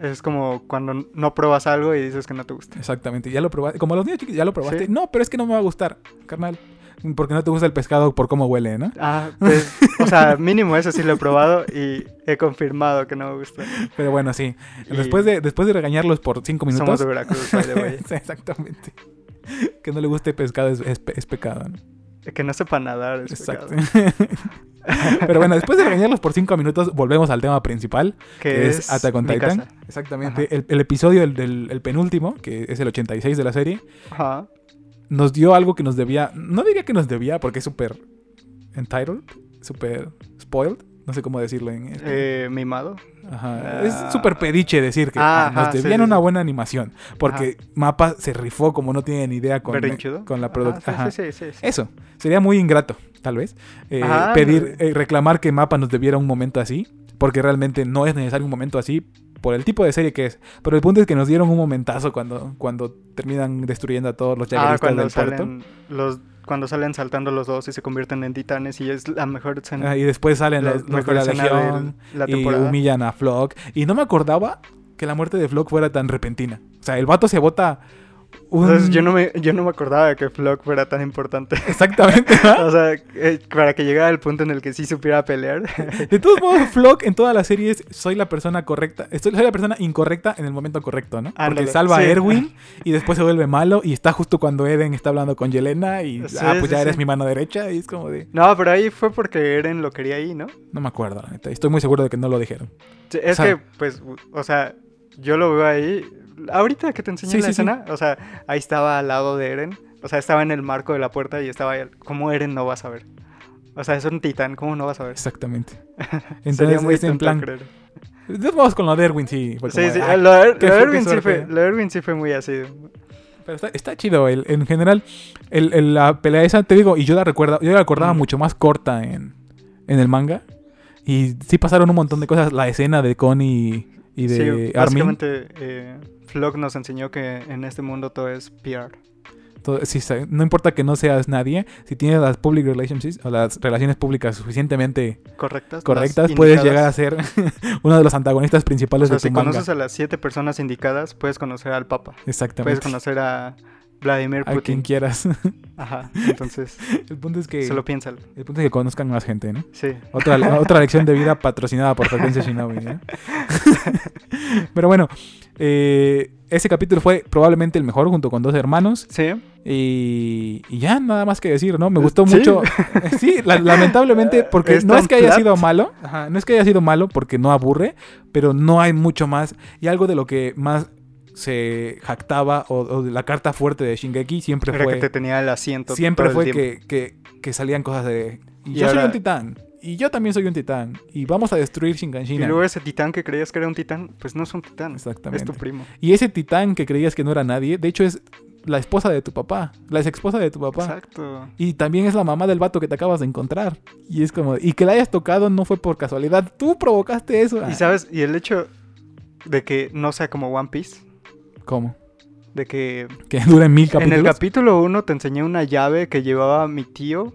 B: Es como cuando no pruebas algo y dices que no te gusta.
A: Exactamente, ya lo probaste. Como los niños chiquitos, ya lo probaste.
B: Sí.
A: No, pero es que no me va a gustar, carnal. Porque no te gusta el pescado por cómo huele, ¿no?
B: Ah, pues, o sea, mínimo eso sí lo he probado y he confirmado que no me gusta.
A: Pero bueno, sí.
B: Y
A: Después de, después de regañarlos por cinco
B: Somos
A: minutos.
B: de Veracruz, by the way.
A: Exactamente. Que no le guste pescado es, es pe- es pecado, ¿no?
B: Que no sepa nadar es
A: Exacto.
B: pecado.
A: Pero bueno, después de regañarlos por cinco minutos, volvemos al tema principal, que es, Attack on
B: mi
A: Titan.
B: casa.
A: Exactamente. El, el episodio, el, del- el penúltimo, que es el 86 de la serie,
B: Ajá.
A: nos dio algo que nos debía. No diría que nos debía, porque es súper entitled, súper spoiled. No sé cómo decirlo en español.
B: Eh, mimado.
A: Ajá.
B: ah.
A: Es súper pediche decir que
B: Ah,
A: ah, nos
B: ajá, sí,
A: debían
B: sí,
A: una
B: sí.
A: buena animación. Porque Mapa se rifó como no tienen idea con,
B: Berrinchudo.
A: con la
B: Ajá, Ah, sí,
A: producción.
B: sí, sí, sí, sí.
A: Eso. Sería muy ingrato, tal vez. eh,
B: Ajá,
A: pedir,
B: Ah, ándale.
A: eh, reclamar que Mapa nos debiera un momento así. Porque realmente no es necesario un momento así por el tipo de serie que es. Pero el punto es que nos dieron un momentazo cuando, cuando terminan destruyendo a todos los
B: Ah,
A: jaguaristas
B: cuando
A: del puerto.
B: salen los cuando salen saltando los dos y se convierten en titanes y es la mejor escena.
A: Ah, y después salen
B: la
A: los, los de
B: mejor
A: la
B: escena de
A: Legión
B: la
A: y
B: temporada.
A: humillan a Flock. Y no me acordaba que la muerte de Flock fuera tan repentina. O sea, el vato se bota un...
B: Entonces, yo no me yo no me acordaba de que Flock fuera tan importante.
A: Exactamente. ¿verdad?
B: o sea, eh, para que llegara al punto en el que sí supiera pelear.
A: De todos modos, Flock en todas las series soy la persona correcta. estoy- Soy la persona incorrecta en el momento correcto, ¿no? Porque
B: Ándale,
A: salva
B: sí.
A: a Erwin y después se vuelve malo y está justo cuando Eren está hablando con Yelena y
B: Sí,
A: ah, pues
B: sí,
A: ya eres
B: sí.
A: mi mano derecha y es como de
B: no, pero ahí fue porque Eren lo quería ahí, ¿no?
A: no me acuerdo, la neta. Estoy muy seguro de que no lo dijeron.
B: Sí, Es
A: O sea-
B: que, pues, u- o sea, yo lo veo ahí, ahorita que te enseñé
A: Sí,
B: la
A: sí, sí.
B: escena, o sea, ahí estaba al lado de Eren, o sea, estaba en el marco de la puerta y estaba ahí, ¿cómo Eren no va a saber? O sea, es un titán, ¿cómo no va a saber?
A: Exactamente.
B: Sería
A: Entonces
B: muy
A: es en
B: tonto
A: plan.
B: creer.
A: Vamos con lo de Erwin, sí. fue
B: Sí,
A: como,
B: sí,
A: "Ah,
B: lo de Er-
A: qué
B: lo de
A: fe- qué
B: Erwin sí fue,
A: suerte".
B: lo de Erwin sí fue muy así.
A: Pero está, está chido. El, en general, el- el- la pelea esa, te digo, y yo la recuerdo, yo la recordaba
B: Mm.
A: mucho más corta en, en el manga. Y sí pasaron un montón de cosas. La escena de Connie y de
B: sí,
A: Armin.
B: básicamente eh, Flock nos enseñó que en este mundo todo es PR.
A: Todo- sí, sa- no importa que no seas nadie, si tienes las public relations o las relaciones públicas suficientemente
B: ¿Correctas?
A: correctas,
B: Las
A: puedes
B: indicadas.
A: llegar a ser uno de los antagonistas
B: O
A: principales
B: sea,
A: de tu
B: si
A: manga.
B: conoces a las siete personas indicadas, puedes conocer al Papa. Puedes
A: Exactamente.
B: conocer a Vladimir
A: A quien
B: Putin.
A: quieras.
B: Ajá, entonces,
A: el punto es que
B: solo piénsalo.
A: el punto es que conozcan más gente, ¿no?
B: Sí.
A: Otra, le- otra lección de vida patrocinada por Frecuencia Shinobi. ¿eh? Pero bueno, eh, ese capítulo fue probablemente el mejor junto con dos hermanos.
B: Sí.
A: Y, y ya, nada más que decir, ¿no? Me gustó
B: Sí.
A: mucho. Sí, la- lamentablemente, porque
B: Es
A: no
B: tan
A: es que haya
B: flat.
A: sido malo. ajá, no es que haya sido malo porque no aburre, pero no hay mucho más. Y algo de lo que más se jactaba o, o de la carta fuerte de Shingeki siempre
B: Era que te
A: fue,
B: tenía el asiento.
A: siempre
B: todo
A: fue
B: el tiempo.
A: que, que, que salían cosas de... Y
B: Y
A: yo soy
B: ahora-
A: un titán. Y yo también soy un titán. Y vamos a destruir
B: Y
A: Shinkanshina.
B: luego ese titán que creías que era un titán, pues no es un titán. Es
A: Exactamente.
B: tu primo.
A: Y ese titán que creías que no era nadie, de hecho es la esposa de tu papá. La ex esposa de tu papá.
B: Exacto.
A: Y también es la mamá del vato que te acabas de encontrar. Y es como, y que la hayas tocado no fue por casualidad. Tú provocaste eso. Ah,
B: Y sabes, y el hecho de que no sea como One Piece,
A: ¿Cómo?
B: de que
A: Que duren mil capítulos.
B: en el capítulo 1 te enseñé una llave que llevaba mi tío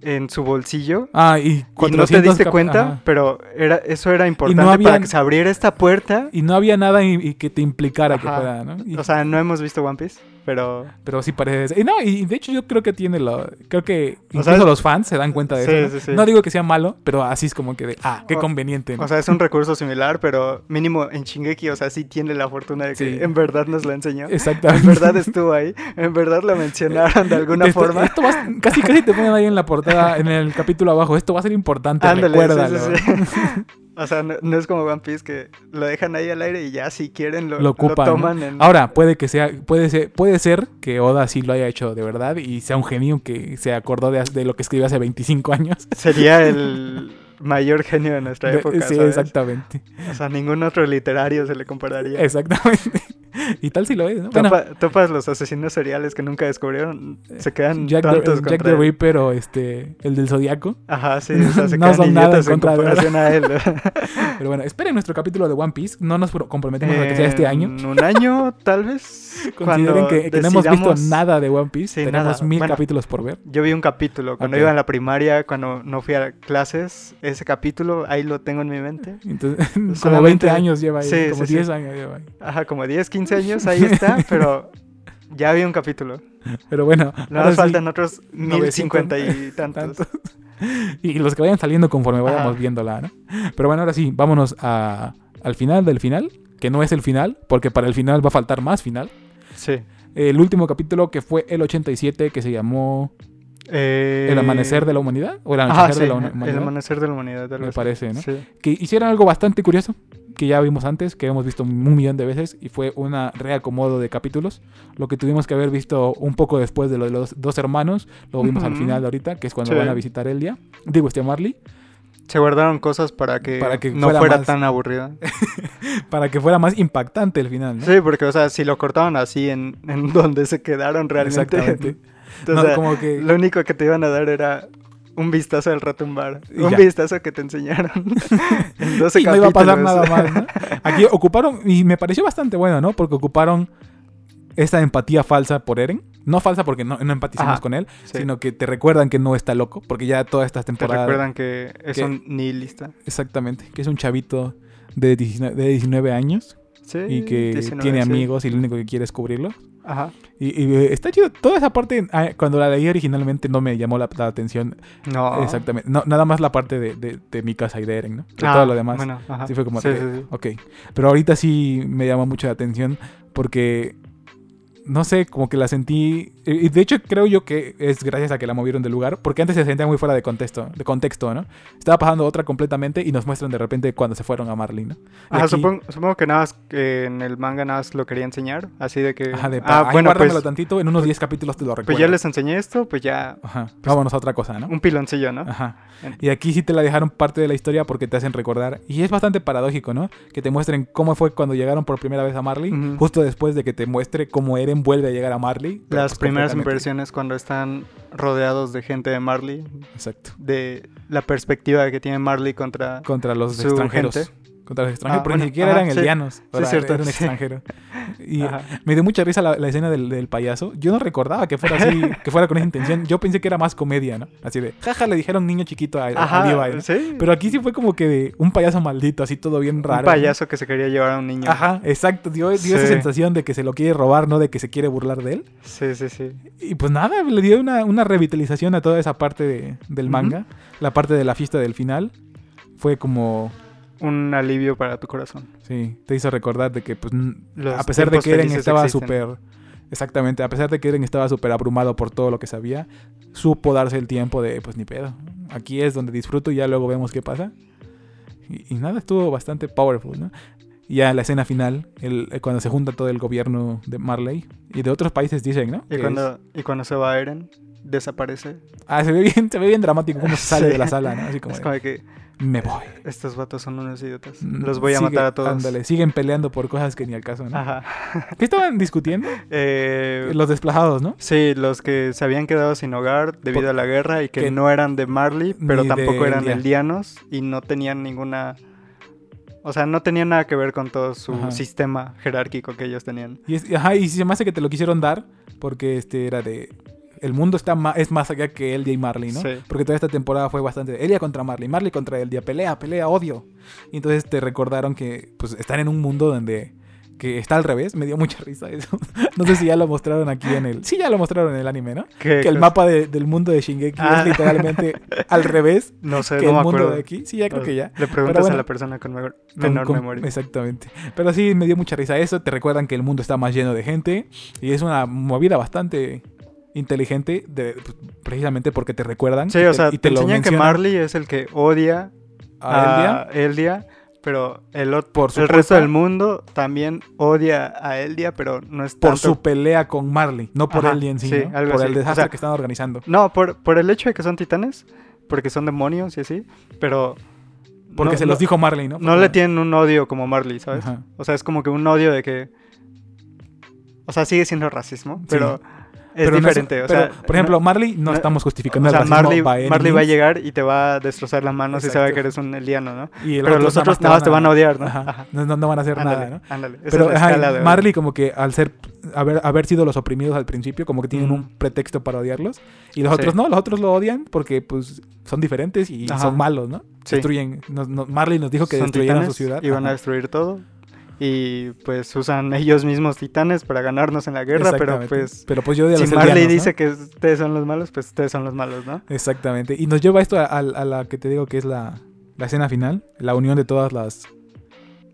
B: en su bolsillo.
A: Ah, y
B: Y no te
A: 400
B: diste
A: cap-
B: cuenta,
A: Ajá.
B: pero era, eso era importante para
A: habían-
B: que se abriera esta puerta.
A: Y no había nada y, y que te implicara que
B: Ajá.
A: fuera, ¿no? Y-
B: O sea, no hemos visto One Piece, pero
A: pero sí parece. Y no, y de hecho yo creo que tiene lo. Creo que
B: O
A: incluso
B: sea, es-
A: los fans se dan cuenta de
B: Sí,
A: eso. ¿no?
B: sí, sí.
A: No digo que sea malo, pero así es como que de, ah, qué
B: O-
A: conveniente. ¿no?
B: O sea, es un recurso similar, pero mínimo en Shingeki, o sea, sí tiene la fortuna de que
A: Sí.
B: en verdad nos lo enseñó. En
A: Exactamente.
B: verdad estuvo ahí, en verdad lo mencionaron de alguna
A: Esto-
B: forma.
A: esto va a- casi casi te ponen ahí en la portada, en el capítulo abajo. Esto va a ser importante,
B: Ándale,
A: recuérdalo.
B: sí, sí, sí. O sea, no, no es como One Piece que lo dejan ahí al aire y ya si quieren lo,
A: lo ocupan.
B: lo
A: ¿no?
B: toman en...
A: Ahora, puede que sea, puede ser, puede ser que Oda sí lo haya hecho de verdad y sea un genio que se acordó de, de lo que escribió hace 25 años.
B: Sería el mayor genio de nuestra
A: De-
B: época,
A: sí,
B: ¿sabes?
A: exactamente.
B: O sea, ningún otro literario se le compararía.
A: Exactamente. Y tal si lo es, ¿no? Bueno,
B: Topa- topas los asesinos seriales que nunca descubrieron, se quedan
A: Jack, the,
B: tantos
A: Jack
B: contra
A: the
B: él.
A: Reaper o este, el del Zodíaco.
B: Ajá, sí, o sea, se
A: No
B: quedan
A: son nada
B: idiotas
A: en
B: en
A: contra de
B: comparación a él.
A: Pero bueno, esperen nuestro capítulo de One Piece. No nos pro- comprometemos a que sea este año.
B: En un año, tal vez.
A: Consideren
B: Em, cuando
A: que, que no hemos visto
B: decidamos-
A: nada de One Piece.
B: Sí,
A: Tenemos
B: nada.
A: mil
B: Bueno.
A: capítulos por ver.
B: Yo vi un capítulo cuando
A: Ok.
B: iba a la primaria, cuando no fui a clases. Ese capítulo, ahí lo tengo en mi mente.
A: Entonces, como
B: Solamente-
A: 20 años lleva ahí.
B: Sí,
A: como
B: sí, sí.
A: 10 años lleva ahí.
B: Ajá, como 10, 15 años, ahí está, pero ya vi un capítulo.
A: Pero bueno,
B: Nada
A: ahora
B: más
A: sí.
B: faltan otros
A: 950
B: 1050 y tantos.
A: tantos. Y los que vayan saliendo conforme vayamos
B: Ajá.
A: viéndola, ¿no? Pero bueno, ahora sí, vámonos a- al final del final, que no es el final, porque para el final va a faltar más final.
B: Sí.
A: El último capítulo que fue el 87, que se llamó
B: Eh,
A: El amanecer de la humanidad, o el
B: Ajá,
A: anochecer
B: sí,
A: de la
B: El
A: humanidad,
B: amanecer de la humanidad. algo
A: me
B: así.
A: parece, ¿no?
B: Sí.
A: Que hicieron algo bastante curioso, que ya vimos antes, que hemos visto un millón de veces, y fue una reacomodo de capítulos. Lo que tuvimos que haber visto un poco después de lo de los dos hermanos, lo vimos al
B: Ujú.
A: final de ahorita, que es cuando
B: Sí.
A: van a visitar Elia, digo, este Marley.
B: Se guardaron cosas para que,
A: Para que
B: no
A: fuera
B: fuera,
A: más-
B: tan aburrida.
A: para que fuera más impactante el final, ¿no?
B: Sí, porque, o sea, si lo cortaban así en, en donde se quedaron realmente.
A: Exactamente.
B: Entonces,
A: No,
B: o sea,
A: como que
B: Lo único que te iban a dar era un vistazo al retumbar.
A: Y
B: un
A: ya.
B: vistazo que te enseñaron en 12
A: y no iba a pasar
B: capítulos.
A: nada más, ¿no? Aquí ocuparon, y me pareció bastante bueno, ¿no? Porque ocuparon esta empatía falsa por Eren. No falsa porque no, no empatizamos
B: Ajá,
A: con él,
B: Sí.
A: sino que te recuerdan que no está loco, porque ya todas estas
B: te
A: temporadas...
B: recuerdan que es
A: que-
B: un nihilista.
A: Exactamente, que es un chavito de 19, de 19 años
B: Sí,
A: y que
B: 19,
A: tiene
B: sí.
A: amigos y lo único que quiere es cubrirlo.
B: Ajá.
A: Y, y, eh, está chido, toda esa parte, ah, cuando la leí originalmente no me llamó la- la atención
B: No.
A: Exactamente. No, nada más la parte de, de, de Mikasa y de Eren, ¿no? De
B: Ah,
A: todo lo demás.
B: bueno, ajá.
A: Sí fue como,
B: Sí,
A: eh,
B: sí, sí.
A: ok. Pero ahorita sí me llama mucho la atención porque no sé, como que la sentí. Y de hecho, creo yo que es gracias a que la movieron del lugar, porque antes se sentía muy fuera de contexto, de contexto, ¿no? Estaba pasando otra completamente y nos muestran de repente cuando se fueron a Marlin, ¿no? Y
B: Ajá,
A: aquí-
B: supongo, supongo que nada más que en el manga nada más lo quería enseñar, así de que...
A: Ajá, de pa-
B: ah,
A: ahí
B: bueno,
A: guárdamelo
B: pues,
A: tantito, en unos 10 capítulos te lo recuerdo.
B: pues ya les enseñé esto, pues ya
A: Ajá, vámonos a otra cosa, ¿no?
B: un piloncillo, ¿no?
A: Ajá. Y aquí sí te la dejaron parte de la historia porque te hacen recordar. Y es bastante paradójico, ¿no? Que te muestren cómo fue cuando llegaron por primera vez a Marley,
B: Ujú.
A: justo después de que te muestre cómo Eren vuelve a llegar a Marley. pero
B: Las
A: pues
B: primeras
A: completamente-
B: impresiones cuando están rodeados de gente de Marley,
A: Exacto.
B: de la perspectiva que tiene Marley contra...
A: Contra los
B: Su Ah,
A: extranjeros. Contra los extranjeros, porque
B: bueno,
A: ni siquiera
B: ajá,
A: eran
B: sí.
A: aldeanos. era-
B: cierto,
A: era un
B: sí.
A: extranjero. Y
B: Ajá.
A: me dio mucha risa la, la escena del, del payaso. Yo no recordaba que fuera así, que fuera con esa intención. Yo pensé que era más comedia, ¿no? Así de, jaja, le dijeron niño chiquito a, a
B: Ajá,
A: Levi, ¿no?
B: sí.
A: Pero aquí sí fue como que de un payaso maldito, así todo bien raro.
B: un
A: ¿no?
B: payaso que se quería llevar a un niño.
A: Ajá, exacto. Dio, dio esa
B: Sí.
A: sensación de que se lo quiere robar, no de que se quiere burlar de él.
B: Sí, sí, sí.
A: Y pues nada, le dio una, una revitalización a toda esa parte de- del
B: Ujú.
A: manga. La parte de la fiesta del final fue como,
B: Un alivio para tu corazón.
A: sí, te hizo recordar de que pues n-
B: Los
A: a pesar de
B: tiempos
A: que Eren
B: felices
A: estaba
B: existen.
A: súper... Exactamente, a pesar de que Eren estaba súper abrumado por todo lo que sabía, supo darse el tiempo de, pues ni pedo, aquí es donde disfruto y ya luego vemos qué pasa. Y, y nada, estuvo bastante powerful, ¿no? Y ya la escena final, el, eh, cuando se junta todo el gobierno de Marley y de otros países dicen, ¿no? Que
B: Y
A: es-
B: cuando, y cuando se va Eren, desaparece.
A: Ah, se ve bien, se ve bien dramático cómo se sale
B: Sí.
A: de la sala, ¿no? Así como,
B: es
A: de,
B: como de que
A: me voy.
B: estos vatos son unos idiotas. Los voy a
A: Sigue-
B: matar a todos.
A: ándale, siguen peleando por cosas que ni al caso, ¿no?
B: Ajá.
A: ¿Qué estaban discutiendo?
B: Eh,
A: Los desplazados, ¿no?
B: Sí, los que se habían quedado sin hogar debido
A: Por-
B: a la guerra y que,
A: que-
B: no eran de Marley, pero
A: ni
B: tampoco
A: de
B: eran
A: Eldia.
B: eldianos y no tenían ninguna... O sea, no tenían nada que ver con todo su
A: Ajá.
B: sistema jerárquico que ellos tenían.
A: Y, es- ajá, y se me hace que te lo quisieron dar porque este era de... El mundo está ma- es más allá que Eldia y Marley, ¿no?
B: Sí.
A: Porque toda esta temporada fue bastante de Eldia contra Marley, Marley contra Eldia, pelea, pelea, odio. Y entonces te recordaron que pues están en un mundo donde que está al revés, me dio mucha risa eso. no sé si ya lo mostraron aquí en el... Sí, ya lo mostraron en el anime, ¿no?
B: ¿Qué
A: Que el
B: cosa?
A: mapa de- del mundo de Shingeki
B: Ah.
A: es literalmente al revés
B: No sé,
A: que
B: no
A: el
B: me
A: mundo
B: acuerdo. Ah.
A: de aquí. Sí, ya creo que ya.
B: Le preguntas
A: bueno.
B: a la persona con mejor-
A: Con-
B: menor
A: con-
B: memoria.
A: Exactamente. Pero sí, me dio mucha risa eso. Te recuerdan que el mundo está más lleno de gente. Y es una movida bastante inteligente, de- pues, precisamente porque te recuerdan.
B: Sí,
A: y te,
B: o sea,
A: y
B: te,
A: te lo
B: enseñan que
A: mencionan
B: Marley ah, es el que odia
A: a Eldia.
B: a Eldia, pero el, ot-
A: Por su
B: el
A: culpa.
B: resto del mundo también odia a Eldia, pero no es
A: Por
B: tanto...
A: su pelea con Marley, no por
B: Ajá,
A: Eldia en sí,
B: sí,
A: ¿no?
B: algo
A: por el
B: así. O
A: desastre
B: sea,
A: que están organizando.
B: No, por, por el hecho de que son titanes, porque son demonios y así, pero...
A: Porque
B: no-
A: se los
B: no-
A: dijo Marley, ¿no?
B: No le tienen un odio como Marley, ¿sabes?
A: Ajá.
B: O sea, es como que un odio de que... O sea, sigue siendo racismo, pero es
A: Pero no
B: diferente. o sea,
A: pero, por ejemplo, Marley no,
B: no-
A: estamos
B: no-
A: justificando
B: o sea,
A: el racismo
B: Marley,
A: by any
B: Marley va a
A: means,
B: llegar y te va a destrozar las manos y
A: Exacto.
B: sabe que eres un eliano, ¿no?
A: y el
B: pero
A: otro
B: los
A: nada
B: otros nada más te van a odiar, ¿no?
A: Ajá,
B: Ajá.
A: No, no- no van a hacer
B: Ándale,
A: nada, ¿no?
B: ándale. Esa
A: Pero
B: es la
A: ajá,
B: escala de odio.
A: Marley como que al ser haber, haber sido los oprimidos al principio, como que tienen
B: Ujú.
A: un pretexto para odiarlos. Y los
B: Sí.
A: otros no, los otros lo odian porque pues son diferentes y
B: Ajá.
A: son malos, ¿no?
B: Sí.
A: Destruyen. nos- nos- Marley nos dijo que
B: Son
A: destruyeran su
B: titanes
A: ciudad.
B: Y van a
A: Ajá.
B: destruir todo. Y pues usan ellos mismos titanes para ganarnos en la guerra, pero
A: Exactamente.
B: pues...
A: Pero pues yo odio a
B: Si
A: los
B: Marley
A: eldianos, ¿no?
B: dice que ustedes son los malos, pues ustedes son los malos, ¿no?
A: Exactamente. Y nos lleva esto a, a- a la que te digo que es la, la escena final, la unión de todas las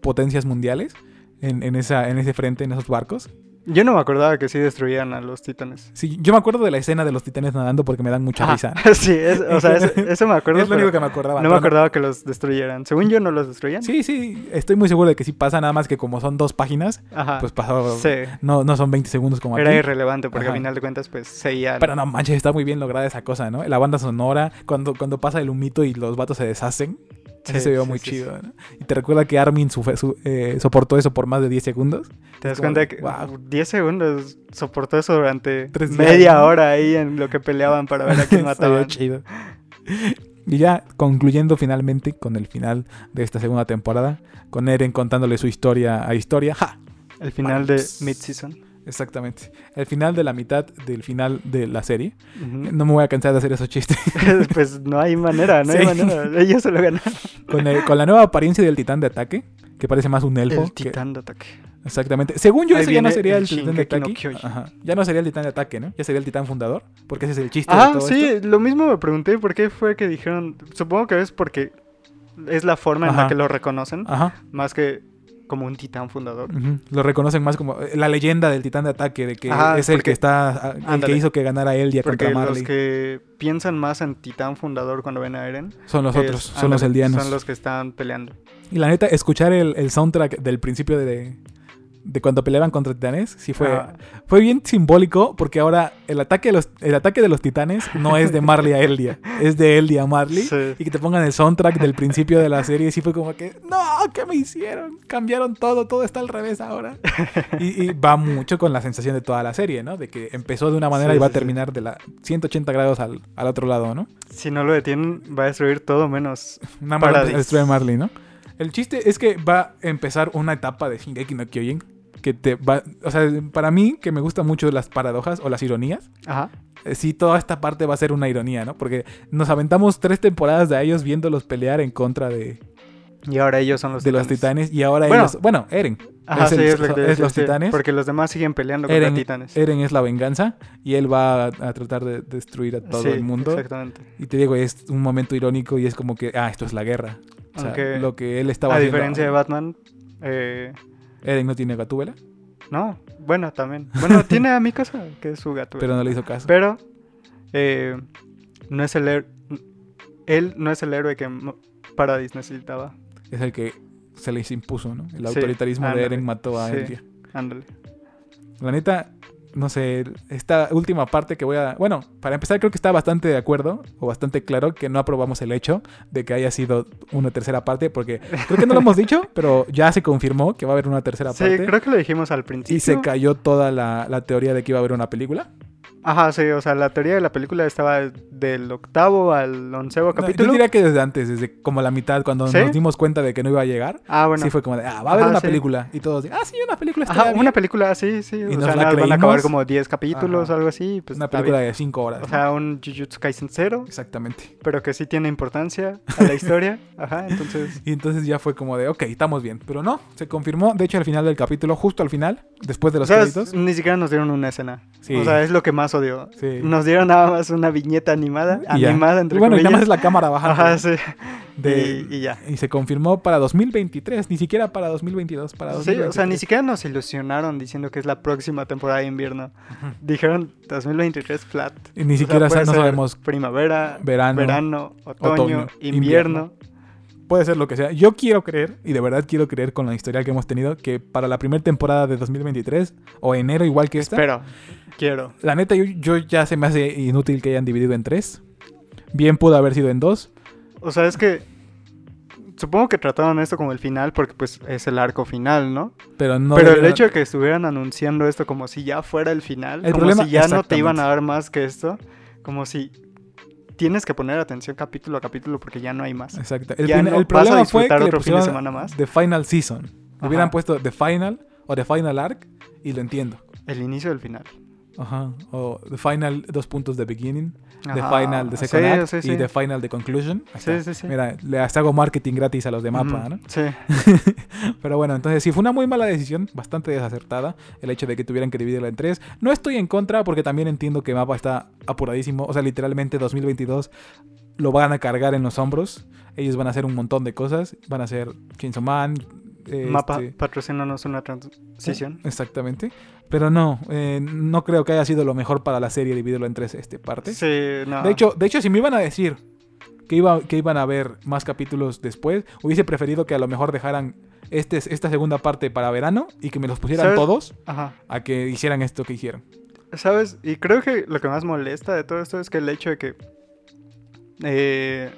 A: potencias mundiales en, en esa, en ese frente, en esos barcos.
B: Yo no me acordaba que sí destruían a los titanes.
A: Sí, yo me acuerdo de la escena de los titanes nadando porque me dan mucha risa.
B: Ah, sí, es- o sea, es- eso me acuerdo.
A: es lo único
B: pero
A: que me acordaba.
B: no me
A: pero
B: acordaba que los destruyeran. Según yo, no los destruían.
A: Sí, sí, estoy muy seguro de que sí pasa, nada más que como son dos páginas,
B: Ajá.
A: pues pasó.
B: Ah, sí.
A: No, no son 20 segundos como
B: Era
A: aquí.
B: irrelevante porque
A: Ajá.
B: al final de cuentas, pues seguían.
A: Pero no manches, está muy bien lograda esa cosa, ¿no? La banda sonora, cuando, cuando pasa el humito y los vatos se deshacen, eso
B: Sí,
A: se vio
B: sí,
A: muy
B: sí,
A: chido, ¿no? Y te recuerda que Armin sufe- su- eh, soportó eso por más de 10 segundos.
B: Te das
A: como
B: cuenta
A: de,
B: que
A: "Guau".
B: 10 segundos soportó eso durante
A: Tres días,
B: media
A: ¿no?
B: hora ahí en lo que peleaban para ver a
A: Se
B: quién
A: vio
B: mataban.
A: chido. Y ya concluyendo finalmente con el final de esta segunda temporada, con Eren contándole su historia a historia. ¡Ja!
B: El final de
A: Manos.
B: Mid-Season.
A: Exactamente. El final de la mitad del final de la serie.
B: Ujú.
A: No me voy a cansar de hacer esos chistes.
B: pues no hay manera, no hay
A: Sí.
B: manera. Ellos se lo ganaron.
A: Con, el- con la nueva apariencia del titán de ataque, que parece más un elfo.
B: El
A: que-
B: titán de ataque.
A: exactamente. Según yo,
B: Ahí
A: ese ya no
B: viene
A: sería el,
B: el
A: titán de
B: Shingeki no
A: ataque.
B: Kyojin.
A: Ajá. Ya no sería el titán de ataque, ¿no? Ya sería el titán fundador, porque ese es el chiste de
B: Ah,
A: todo
B: sí,
A: esto.
B: lo mismo me pregunté por qué fue que dijeron. Supongo que es porque es la forma en
A: Ajá. Ah.
B: la que lo reconocen,
A: Ajá.
B: más que como un titán fundador.
A: Ujú. Lo reconocen más como eh, la leyenda del titán de ataque, de que
B: Ajá,
A: es el que
B: porque-
A: está, ah, el que
B: ándale.
A: hizo que ganara Eldia
B: Porque
A: contra
B: los
A: Marley.
B: que piensan más en titán fundador cuando ven a Eren
A: Son los
B: es-
A: otros, son los
B: ándale,
A: eldianos.
B: Son los que están peleando.
A: Y la neta, escuchar el, el soundtrack del principio de, de cuando peleaban contra titanes, sí fue,
B: Ah.
A: fue bien simbólico porque ahora el ataque, de los, el ataque de los titanes no es de Marley a Eldia, es de Eldia a Marley.
B: Sí.
A: Y que te pongan el soundtrack del principio de la serie, sí fue como que, no, ¿qué me hicieron? Cambiaron todo, todo está al revés ahora. Y, y va mucho con la sensación de toda la serie, ¿no? De que empezó de una manera
B: Sí,
A: y va a
B: sí, sí.
A: terminar de la 180 grados al, al otro lado, ¿no?
B: Si no lo detienen, va a destruir todo menos.
A: Nada más
B: Paradis.
A: el estrella de Marley, ¿no? El chiste es que va a empezar una etapa de Shingeki no Kyojin que te va... O sea, para mí, que me gustan mucho las paradojas o las ironías,
B: Ajá.
A: eh, sí, toda esta parte va a ser una ironía, ¿no? Porque nos aventamos tres temporadas de ellos viéndolos pelear en contra de,
B: Y ahora ellos son los
A: de los titanes y ahora
B: Bueno.
A: ellos... Bueno, Eren.
B: Ajá,
A: es
B: sí,
A: el-
B: es lo que te
A: es
B: decía,
A: los
B: sí,
A: titanes.
B: Porque los demás siguen peleando
A: Eren,
B: contra titanes.
A: Eren es la venganza y él va a, a tratar de destruir a todo
B: Sí,
A: el mundo.
B: Exactamente.
A: Y te digo, es un momento irónico y es como que, ah, esto es la guerra. O sea,
B: Aunque,
A: lo que él estaba
B: A
A: haciendo-
B: diferencia de Batman, eh,
A: Eren no tiene gatúbela,
B: no, bueno, también. Bueno, tiene a Mikasa, que es su gato.
A: pero no le hizo caso.
B: Pero, eh, no es el her- él no es el héroe que Mo- Paradis necesitaba.
A: es el que se les impuso, ¿no? El
B: Sí,
A: autoritarismo de
B: ándale.
A: Eren mató a
B: Sí.
A: Eldia.
B: Ándale.
A: La neta, no sé, esta última parte que voy a... Bueno, para empezar creo que está bastante de acuerdo o bastante claro que no aprobamos el hecho de que haya sido una tercera parte porque creo que no lo hemos dicho, pero ya se confirmó que va a haber una tercera
B: Sí,
A: parte.
B: creo que lo dijimos al
A: Y
B: principio.
A: se cayó toda la, la teoría de que iba a haber una película.
B: Ajá, sí, o sea, la teoría de la película estaba del octavo al onceavo
A: No,
B: capítulo.
A: yo diría que desde antes, desde como la mitad, cuando
B: ¿Sí?
A: nos dimos cuenta de que no iba a llegar,
B: Ah, bueno.
A: sí fue como de, ah, va a haber
B: Ajá,
A: una
B: sí.
A: película. Y todos, ah, sí, una película.
B: Ajá,
A: estaría bien.
B: una película, sí, sí. O
A: nos la
B: sea, nada, van a
A: creímos.
B: acabar como 10 capítulos
A: Ajá.
B: o algo así. Pues
A: una
B: está
A: película
B: bien.
A: de cinco horas.
B: O
A: ¿no?
B: sea, un Jujutsu Kaisen cero,
A: Exactamente.
B: pero que sí tiene importancia a la historia. Ajá, entonces.
A: Y entonces ya fue como de, ok, estamos bien. Pero no, se confirmó. De hecho, al final del capítulo, justo al final, después de los
B: ¿sabes?
A: créditos.
B: Ni siquiera nos dieron una escena.
A: Sí.
B: O sea, es lo que más odio.
A: Sí.
B: Nos dieron nada más una viñeta animada,
A: Y ya.
B: animada entre
A: Y bueno, y nada más
B: comillas.
A: es la cámara baja.
B: Ajá, sí.
A: de,
B: Y, y ya.
A: y se confirmó para 2023, ni siquiera para 2022, para
B: Sí, o sea, ni
A: 2023.
B: siquiera nos ilusionaron diciendo que es la próxima temporada de invierno. Dijeron 2023 flat.
A: Y ni siquiera sa-
B: puede
A: no
B: ser
A: sabemos,
B: Primavera,
A: Verano,
B: verano, otoño,
A: otoño,
B: invierno.
A: puede ser lo que sea. Yo quiero creer, y de verdad quiero creer con la historia que hemos tenido, que para la primera temporada de 2023, o enero igual que esta,
B: Pero, quiero.
A: La neta, yo, yo ya se me hace inútil que hayan dividido en tres. Bien pudo haber sido en dos.
B: O sea, es que supongo que trataron esto como el final porque pues es el arco final, ¿no?
A: Pero no.
B: Pero el
A: debieron-
B: hecho de que estuvieran anunciando esto como si ya fuera el final,
A: El
B: como
A: problema-
B: si ya no te
A: exactamente.
B: iban a dar más que esto, como si tienes que poner atención capítulo a capítulo porque ya no hay más.
A: Exacto. El,
B: ya
A: prin-
B: no
A: el
B: vas a
A: problema fue que
B: disfrutar
A: le
B: otro fin de
A: pusieron
B: semana más.
A: The Final Season. Le
B: Ajá.
A: hubieran puesto The Final o The Final Arc y lo entiendo.
B: El inicio del final.
A: Ajá. O The Final, dos puntos, The Beginning. The
B: Ajá.
A: Final, The
B: Sí,
A: Second Act.
B: sí, sí.
A: Y The Final, The Conclusion. Ahí
B: Sí,
A: está.
B: sí, sí.
A: Mira, le hasta hago marketing gratis a los de Mapa,
B: Ujú.
A: ¿no?
B: Sí,
A: Pero bueno, entonces sí fue una muy mala decisión, bastante desacertada, el hecho de que tuvieran que dividirla en tres. No estoy en contra porque también entiendo que Mapa está apuradísimo, o sea, literalmente 2022 lo van a cargar en los hombros. Ellos van a hacer un montón de cosas, van a hacer Chainsaw Man, eh,
B: mapa
A: este-
B: patrocínanos una transición.
A: Exactamente. Pero no, eh, no creo que haya sido lo mejor para la serie dividirlo en tres este parte.
B: Sí, no.
A: De hecho, de hecho, si me iban a decir que, iba, que iban a haber más capítulos después, hubiese preferido que a lo mejor dejaran este, esta segunda parte para verano y que me los pusieran
B: ¿Sabes?
A: todos
B: Ajá.
A: a que hicieran esto que hicieron.
B: ¿Sabes? Y creo que lo que más molesta de todo esto es que el hecho de que eh,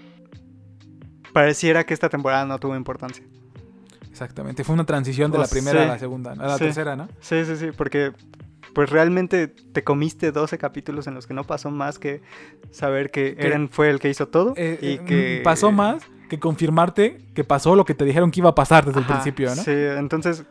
B: pareciera que esta temporada no tuvo importancia.
A: Exactamente. Fue una transición de
B: O
A: la primera a
B: sea,
A: la segunda, a la
B: Oh, sí.
A: tercera, ¿no?
B: Sí, sí, sí, porque pues realmente te comiste 12 capítulos en los que no pasó más que saber que mm,
A: Que-
B: Eren fue el que hizo todo
A: Eh,
B: y
A: eh,
B: que...
A: Pasó más que confirmarte que pasó lo que te dijeron que iba a pasar desde
B: Ajá,
A: el principio, ¿no?
B: Sí, entonces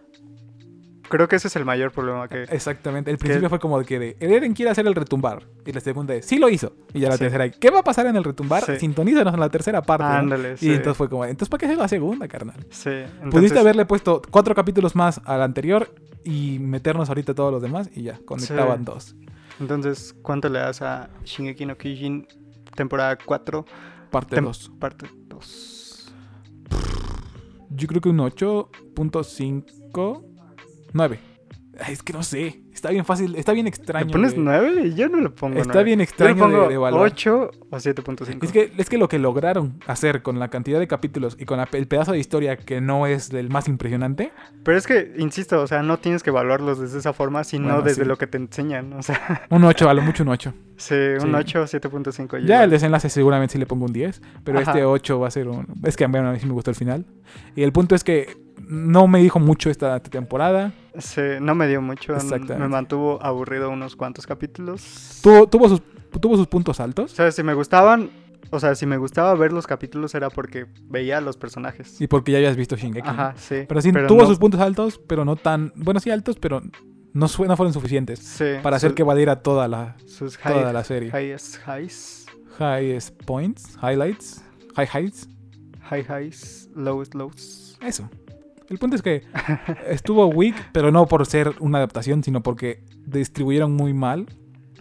B: creo que ese es el mayor problema que...
A: Exactamente. El principio fue como de que de, el Eren quiere hacer el retumbar. Y la segunda es, sí lo hizo. Y ya la
B: Sí.
A: tercera, ¿qué va a pasar en el retumbar?
B: Sí. Ah,
A: Sintonízanos en la tercera parte. ¿no?
B: Ándale, sí.
A: Y entonces fue como, entonces ¿para qué hacer la segunda, carnal?
B: sí, entonces,
A: Pudiste haberle puesto cuatro capítulos más al anterior y meternos ahorita todos los demás y ya, conectaban
B: Sí.
A: dos.
B: Entonces, ¿cuánto le das a Shingeki no Kyojin temporada 4,
A: Parte
B: Tem-
A: dos.
B: parte 2?
A: Yo creo que un 8.5. 9. Ay, Es que no sé. Está bien fácil. Está bien extraño.
B: ¿Le pones
A: güey.
B: 9? Yo no le pongo
A: Está
B: 9.
A: bien
B: Yo le
A: extraño de-
B: pongo
A: de, valor.
B: 8 o 7.5.
A: Es que, es que lo que lograron hacer con la cantidad de capítulos y con la pe- el pedazo de historia que no es el más impresionante.
B: Pero es que, insisto, o sea, no tienes que evaluarlos desde esa forma, sino
A: Bueno,
B: desde
A: sí.
B: lo que te enseñan. O sea,
A: Un 8, a lo mucho un 8.
B: sí, un
A: Sí.
B: 8 o 7.5. yo
A: Ya el
B: igual.
A: desenlace seguramente sí le pongo un 10, pero
B: Ajá.
A: este 8 va a ser un... Es que bueno, a mí sí me gustó el final. Y el punto es que no me dijo mucho esta temporada.
B: Sí, no me dio mucho. n-
A: Exactamente.
B: Me mantuvo aburrido unos cuantos capítulos.
A: Tuvo, tuvo, sus, tuvo sus puntos
B: O
A: altos
B: sea, si me gustaban, o sea, si me gustaba ver los capítulos era porque veía a los personajes.
A: y porque ya habías visto Shingeki.
B: Ajá, sí.
A: Pero sí, tuvo
B: no-
A: sus puntos altos, pero no tan... Bueno, sí altos, pero no, su- no fueron suficientes
B: sí,
A: para hacer
B: su-
A: que vadiera toda la,
B: sus
A: toda
B: high,
A: la serie.
B: highs, highs,
A: Highest points, highlights, high heights,
B: high highs, lowest lows.
A: eso. El punto es que estuvo weak, pero no por ser una adaptación, sino porque distribuyeron muy mal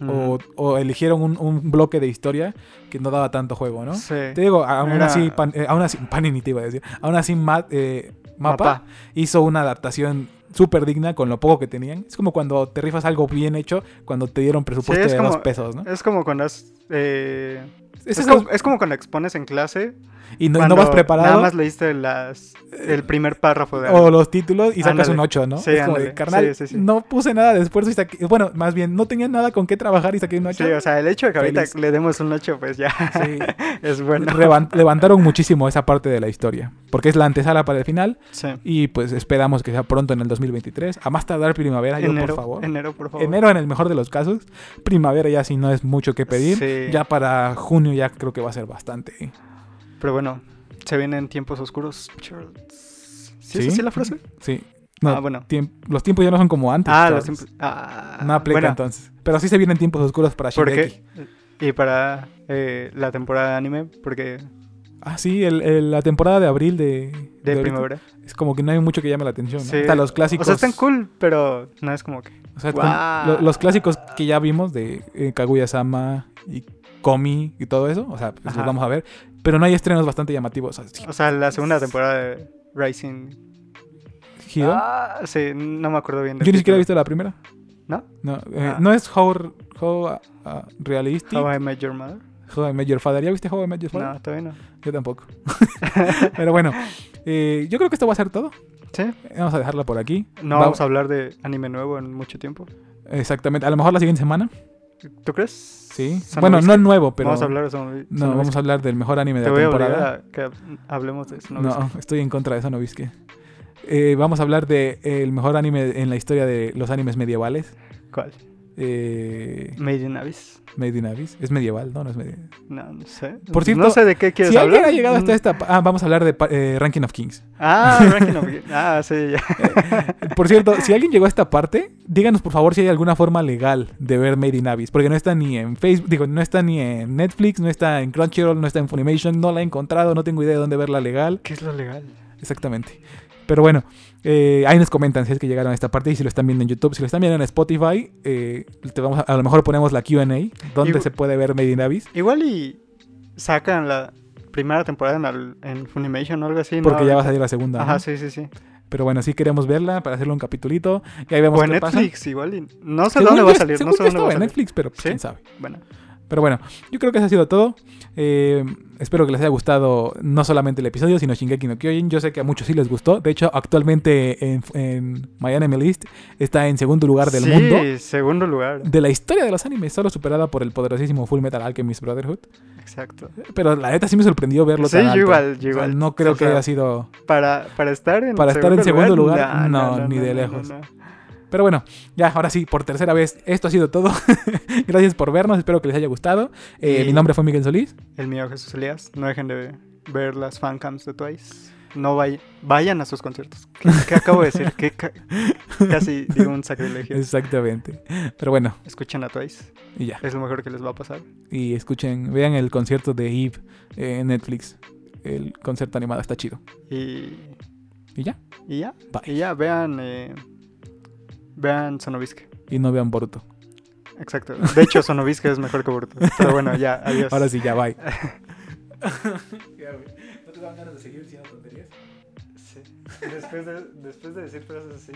A: o, o eligieron un, un bloque de historia que no daba tanto juego, ¿no?
B: Sí.
A: Te digo, aún
B: Era-
A: así, pan, eh, aún así, Panini te iba a decir, aún así Ma- eh, Mapa,
B: Mapa.
A: hizo una adaptación súper digna con lo poco que tenían. Es como cuando te rifas algo bien hecho, cuando te dieron presupuesto
B: es
A: de dos
B: como-
A: pesos, ¿no?
B: Es como cuando has, eh,
A: Es
B: es,
A: eso,
B: como, es como cuando expones en clase.
A: y, no, y no
B: cuando
A: vas preparado, Eh,
B: Nada más leíste las, el primer párrafo de algo.
A: o los títulos y sacas
B: Ándale.
A: un 8, ¿no?
B: Sí,
A: es como de,
B: ándale.
A: carnal,
B: Sí, sí, sí.
A: no puse nada de esfuerzo y saqué, bueno, más bien, no tenía nada con qué trabajar y saqué un 8.
B: Sí, o sea, el hecho de que ahorita
A: Feliz.
B: le demos un 8, pues ya
A: Sí.
B: es bueno.
A: Revan- levantaron muchísimo esa parte de la historia, porque es la antesala para el final
B: Sí.
A: y pues esperamos que sea pronto en el 2023, a más tardar primavera, yo
B: Enero,
A: por favor.
B: Enero, por favor.
A: Enero en el mejor de los casos, primavera ya si no es mucho que pedir,
B: Sí.
A: ya para junio ya creo que va a ser bastante.
B: Pero bueno, se vienen tiempos oscuros, Charles. ¿Sí,
A: ¿Sí?
B: es así la frase?
A: Sí. No,
B: Ah, bueno.
A: tiemp- los tiempos ya no son como antes.
B: Ah,
A: Charles.
B: los tiempos. Ah,
A: No aplica
B: bueno,
A: entonces. Pero sí se vienen tiempos oscuros para Shingeki.
B: porque Y para eh, la temporada de anime, porque
A: Ah, sí, el- el- la temporada de abril de,
B: de,
A: ahorita
B: primavera.
A: Es como que no hay mucho que llame la atención. ¿no?
B: Sí.
A: Hasta los clásicos.
B: O sea, están cool, pero no es como que.
A: O sea,
B: Wow.
A: con- lo- los clásicos que ya vimos de eh, Kaguya-sama y Komi y todo eso, o sea, pues, los
B: Ajá.
A: vamos a ver. Pero no hay estrenos bastante llamativos. O sea, sí,
B: O sea, la segunda temporada de Rising.
A: Hiro.
B: Ah, sí, no me acuerdo bien. del
A: Yo ni siquiera he visto
B: título.
A: la primera.
B: ¿No?
A: No, eh,
B: Ah.
A: no es How, How, ah, ah, Realistic.
B: How I Met Your Mother.
A: How I Met Your Father. ¿Ya viste How I Met Your Father?
B: No, todavía no.
A: Yo tampoco. Pero bueno, eh, yo creo que esto va a ser todo.
B: Sí,
A: Vamos a dejarla por aquí.
B: no
A: Va-
B: vamos a hablar de anime nuevo en mucho tiempo.
A: Exactamente. A lo mejor la siguiente semana.
B: ¿Tú crees?
A: Sí.
B: Son
A: Bueno,
B: novios
A: no
B: que-
A: nuevo, pero.
B: Vamos a hablar de Sonobi-
A: No, vamos
B: Sonobisque.
A: a hablar del mejor anime de
B: Te
A: la
B: voy a
A: temporada.
B: obligar a que hablemos de eso.
A: No, estoy en contra de eso, no Eh, vamos a hablar del el mejor anime en la historia de los animes medievales.
B: ¿Cuál?
A: Eh,
B: Made in Abyss.
A: Made in Abyss. Es medieval, ¿no? No es medieval.
B: No, no sé.
A: Por cierto,
B: no sé de qué quieres
A: Si
B: hablar.
A: alguien ha llegado hasta
B: Mm.
A: esta... pa- Ah, vamos a hablar de pa- eh, Ranking of Kings.
B: Ah, Ranking of Kings. Ah, sí, ya.
A: Por cierto, si alguien llegó a esta parte, díganos por favor si hay alguna forma legal de ver Made in Abyss. Porque no está ni en Facebook, digo, no está ni en Netflix, no está en Crunchyroll, no está en Funimation, no la he encontrado, no tengo idea de dónde verla legal.
B: ¿Qué es lo legal?
A: Exactamente. Pero bueno, eh, ahí nos comentan si es que llegaron a esta parte y si lo están viendo en YouTube. Si lo están viendo en Spotify, eh, te vamos a, a lo mejor ponemos la QA, donde
B: Y-
A: se puede ver Made in Abyss,
B: Igual y sacan la primera temporada en, al- en Funimation o algo así. ¿no?
A: porque ya va a salir la segunda. ¿no?
B: Ajá, sí, sí, sí.
A: Pero bueno, sí queremos verla para hacerle un capitulito y ahí vemos
B: O en
A: qué
B: Netflix, igual. Y... No
A: pasa.
B: sé dónde
A: Según
B: va a
A: yo-
B: salir. No
A: según
B: sé
A: yo
B: dónde va a
A: estaba en
B: salir.
A: Netflix, pero pues,
B: ¿Sí?
A: quién sabe.
B: Bueno,
A: Pero bueno, yo creo que eso ha sido todo. Eh, espero que les haya gustado no solamente el episodio, sino Shingeki no Kyojin. Yo sé que a muchos sí les gustó. De hecho, actualmente en, en Miami List está en segundo lugar del
B: sí,
A: mundo.
B: segundo lugar.
A: de la historia de los animes, solo superada por el poderosísimo Full Metal Alchemist Brotherhood.
B: Exacto.
A: Pero la neta sí me sorprendió verlo
B: Sí,
A: tan alto.
B: yo igual,
A: O
B: yo
A: sea,
B: igual.
A: no creo
B: O
A: que
B: sea,
A: haya sido.
B: Para, para estar en
A: Para estar en segundo lugar, no, ni de lejos.
B: no.
A: Pero bueno, ya, ahora sí, por tercera vez, esto ha sido todo. Gracias por vernos, espero que les haya gustado. Eh,
B: Y-
A: Mi nombre fue Miguel Solís.
B: El mío Jesús Elías. No dejen de ver las fancams de Twice. No vay- vayan a sus conciertos. ¿Qué, qué acabo de decir? ¿Qué ca- casi digo un sacrilegio.
A: Exactamente. Pero bueno,
B: Escuchen a Twice.
A: y ya.
B: Es lo mejor que les va a pasar.
A: Y escuchen, vean el concierto de Eve eh, en Netflix. El concierto animado está chido.
B: Y,
A: Y ya.
B: y ya.
A: Bye.
B: Y ya, vean. eh, vean Sonovisque.
A: Y no vean Boruto.
B: Exacto. De hecho, Sonovisque es mejor que Boruto. Pero bueno, ya. Adiós.
A: Ahora sí, ya, bye. ¿No te dan ganas de seguir siendo tonterías?
B: sí. Sí. Después de, después de decir frases así.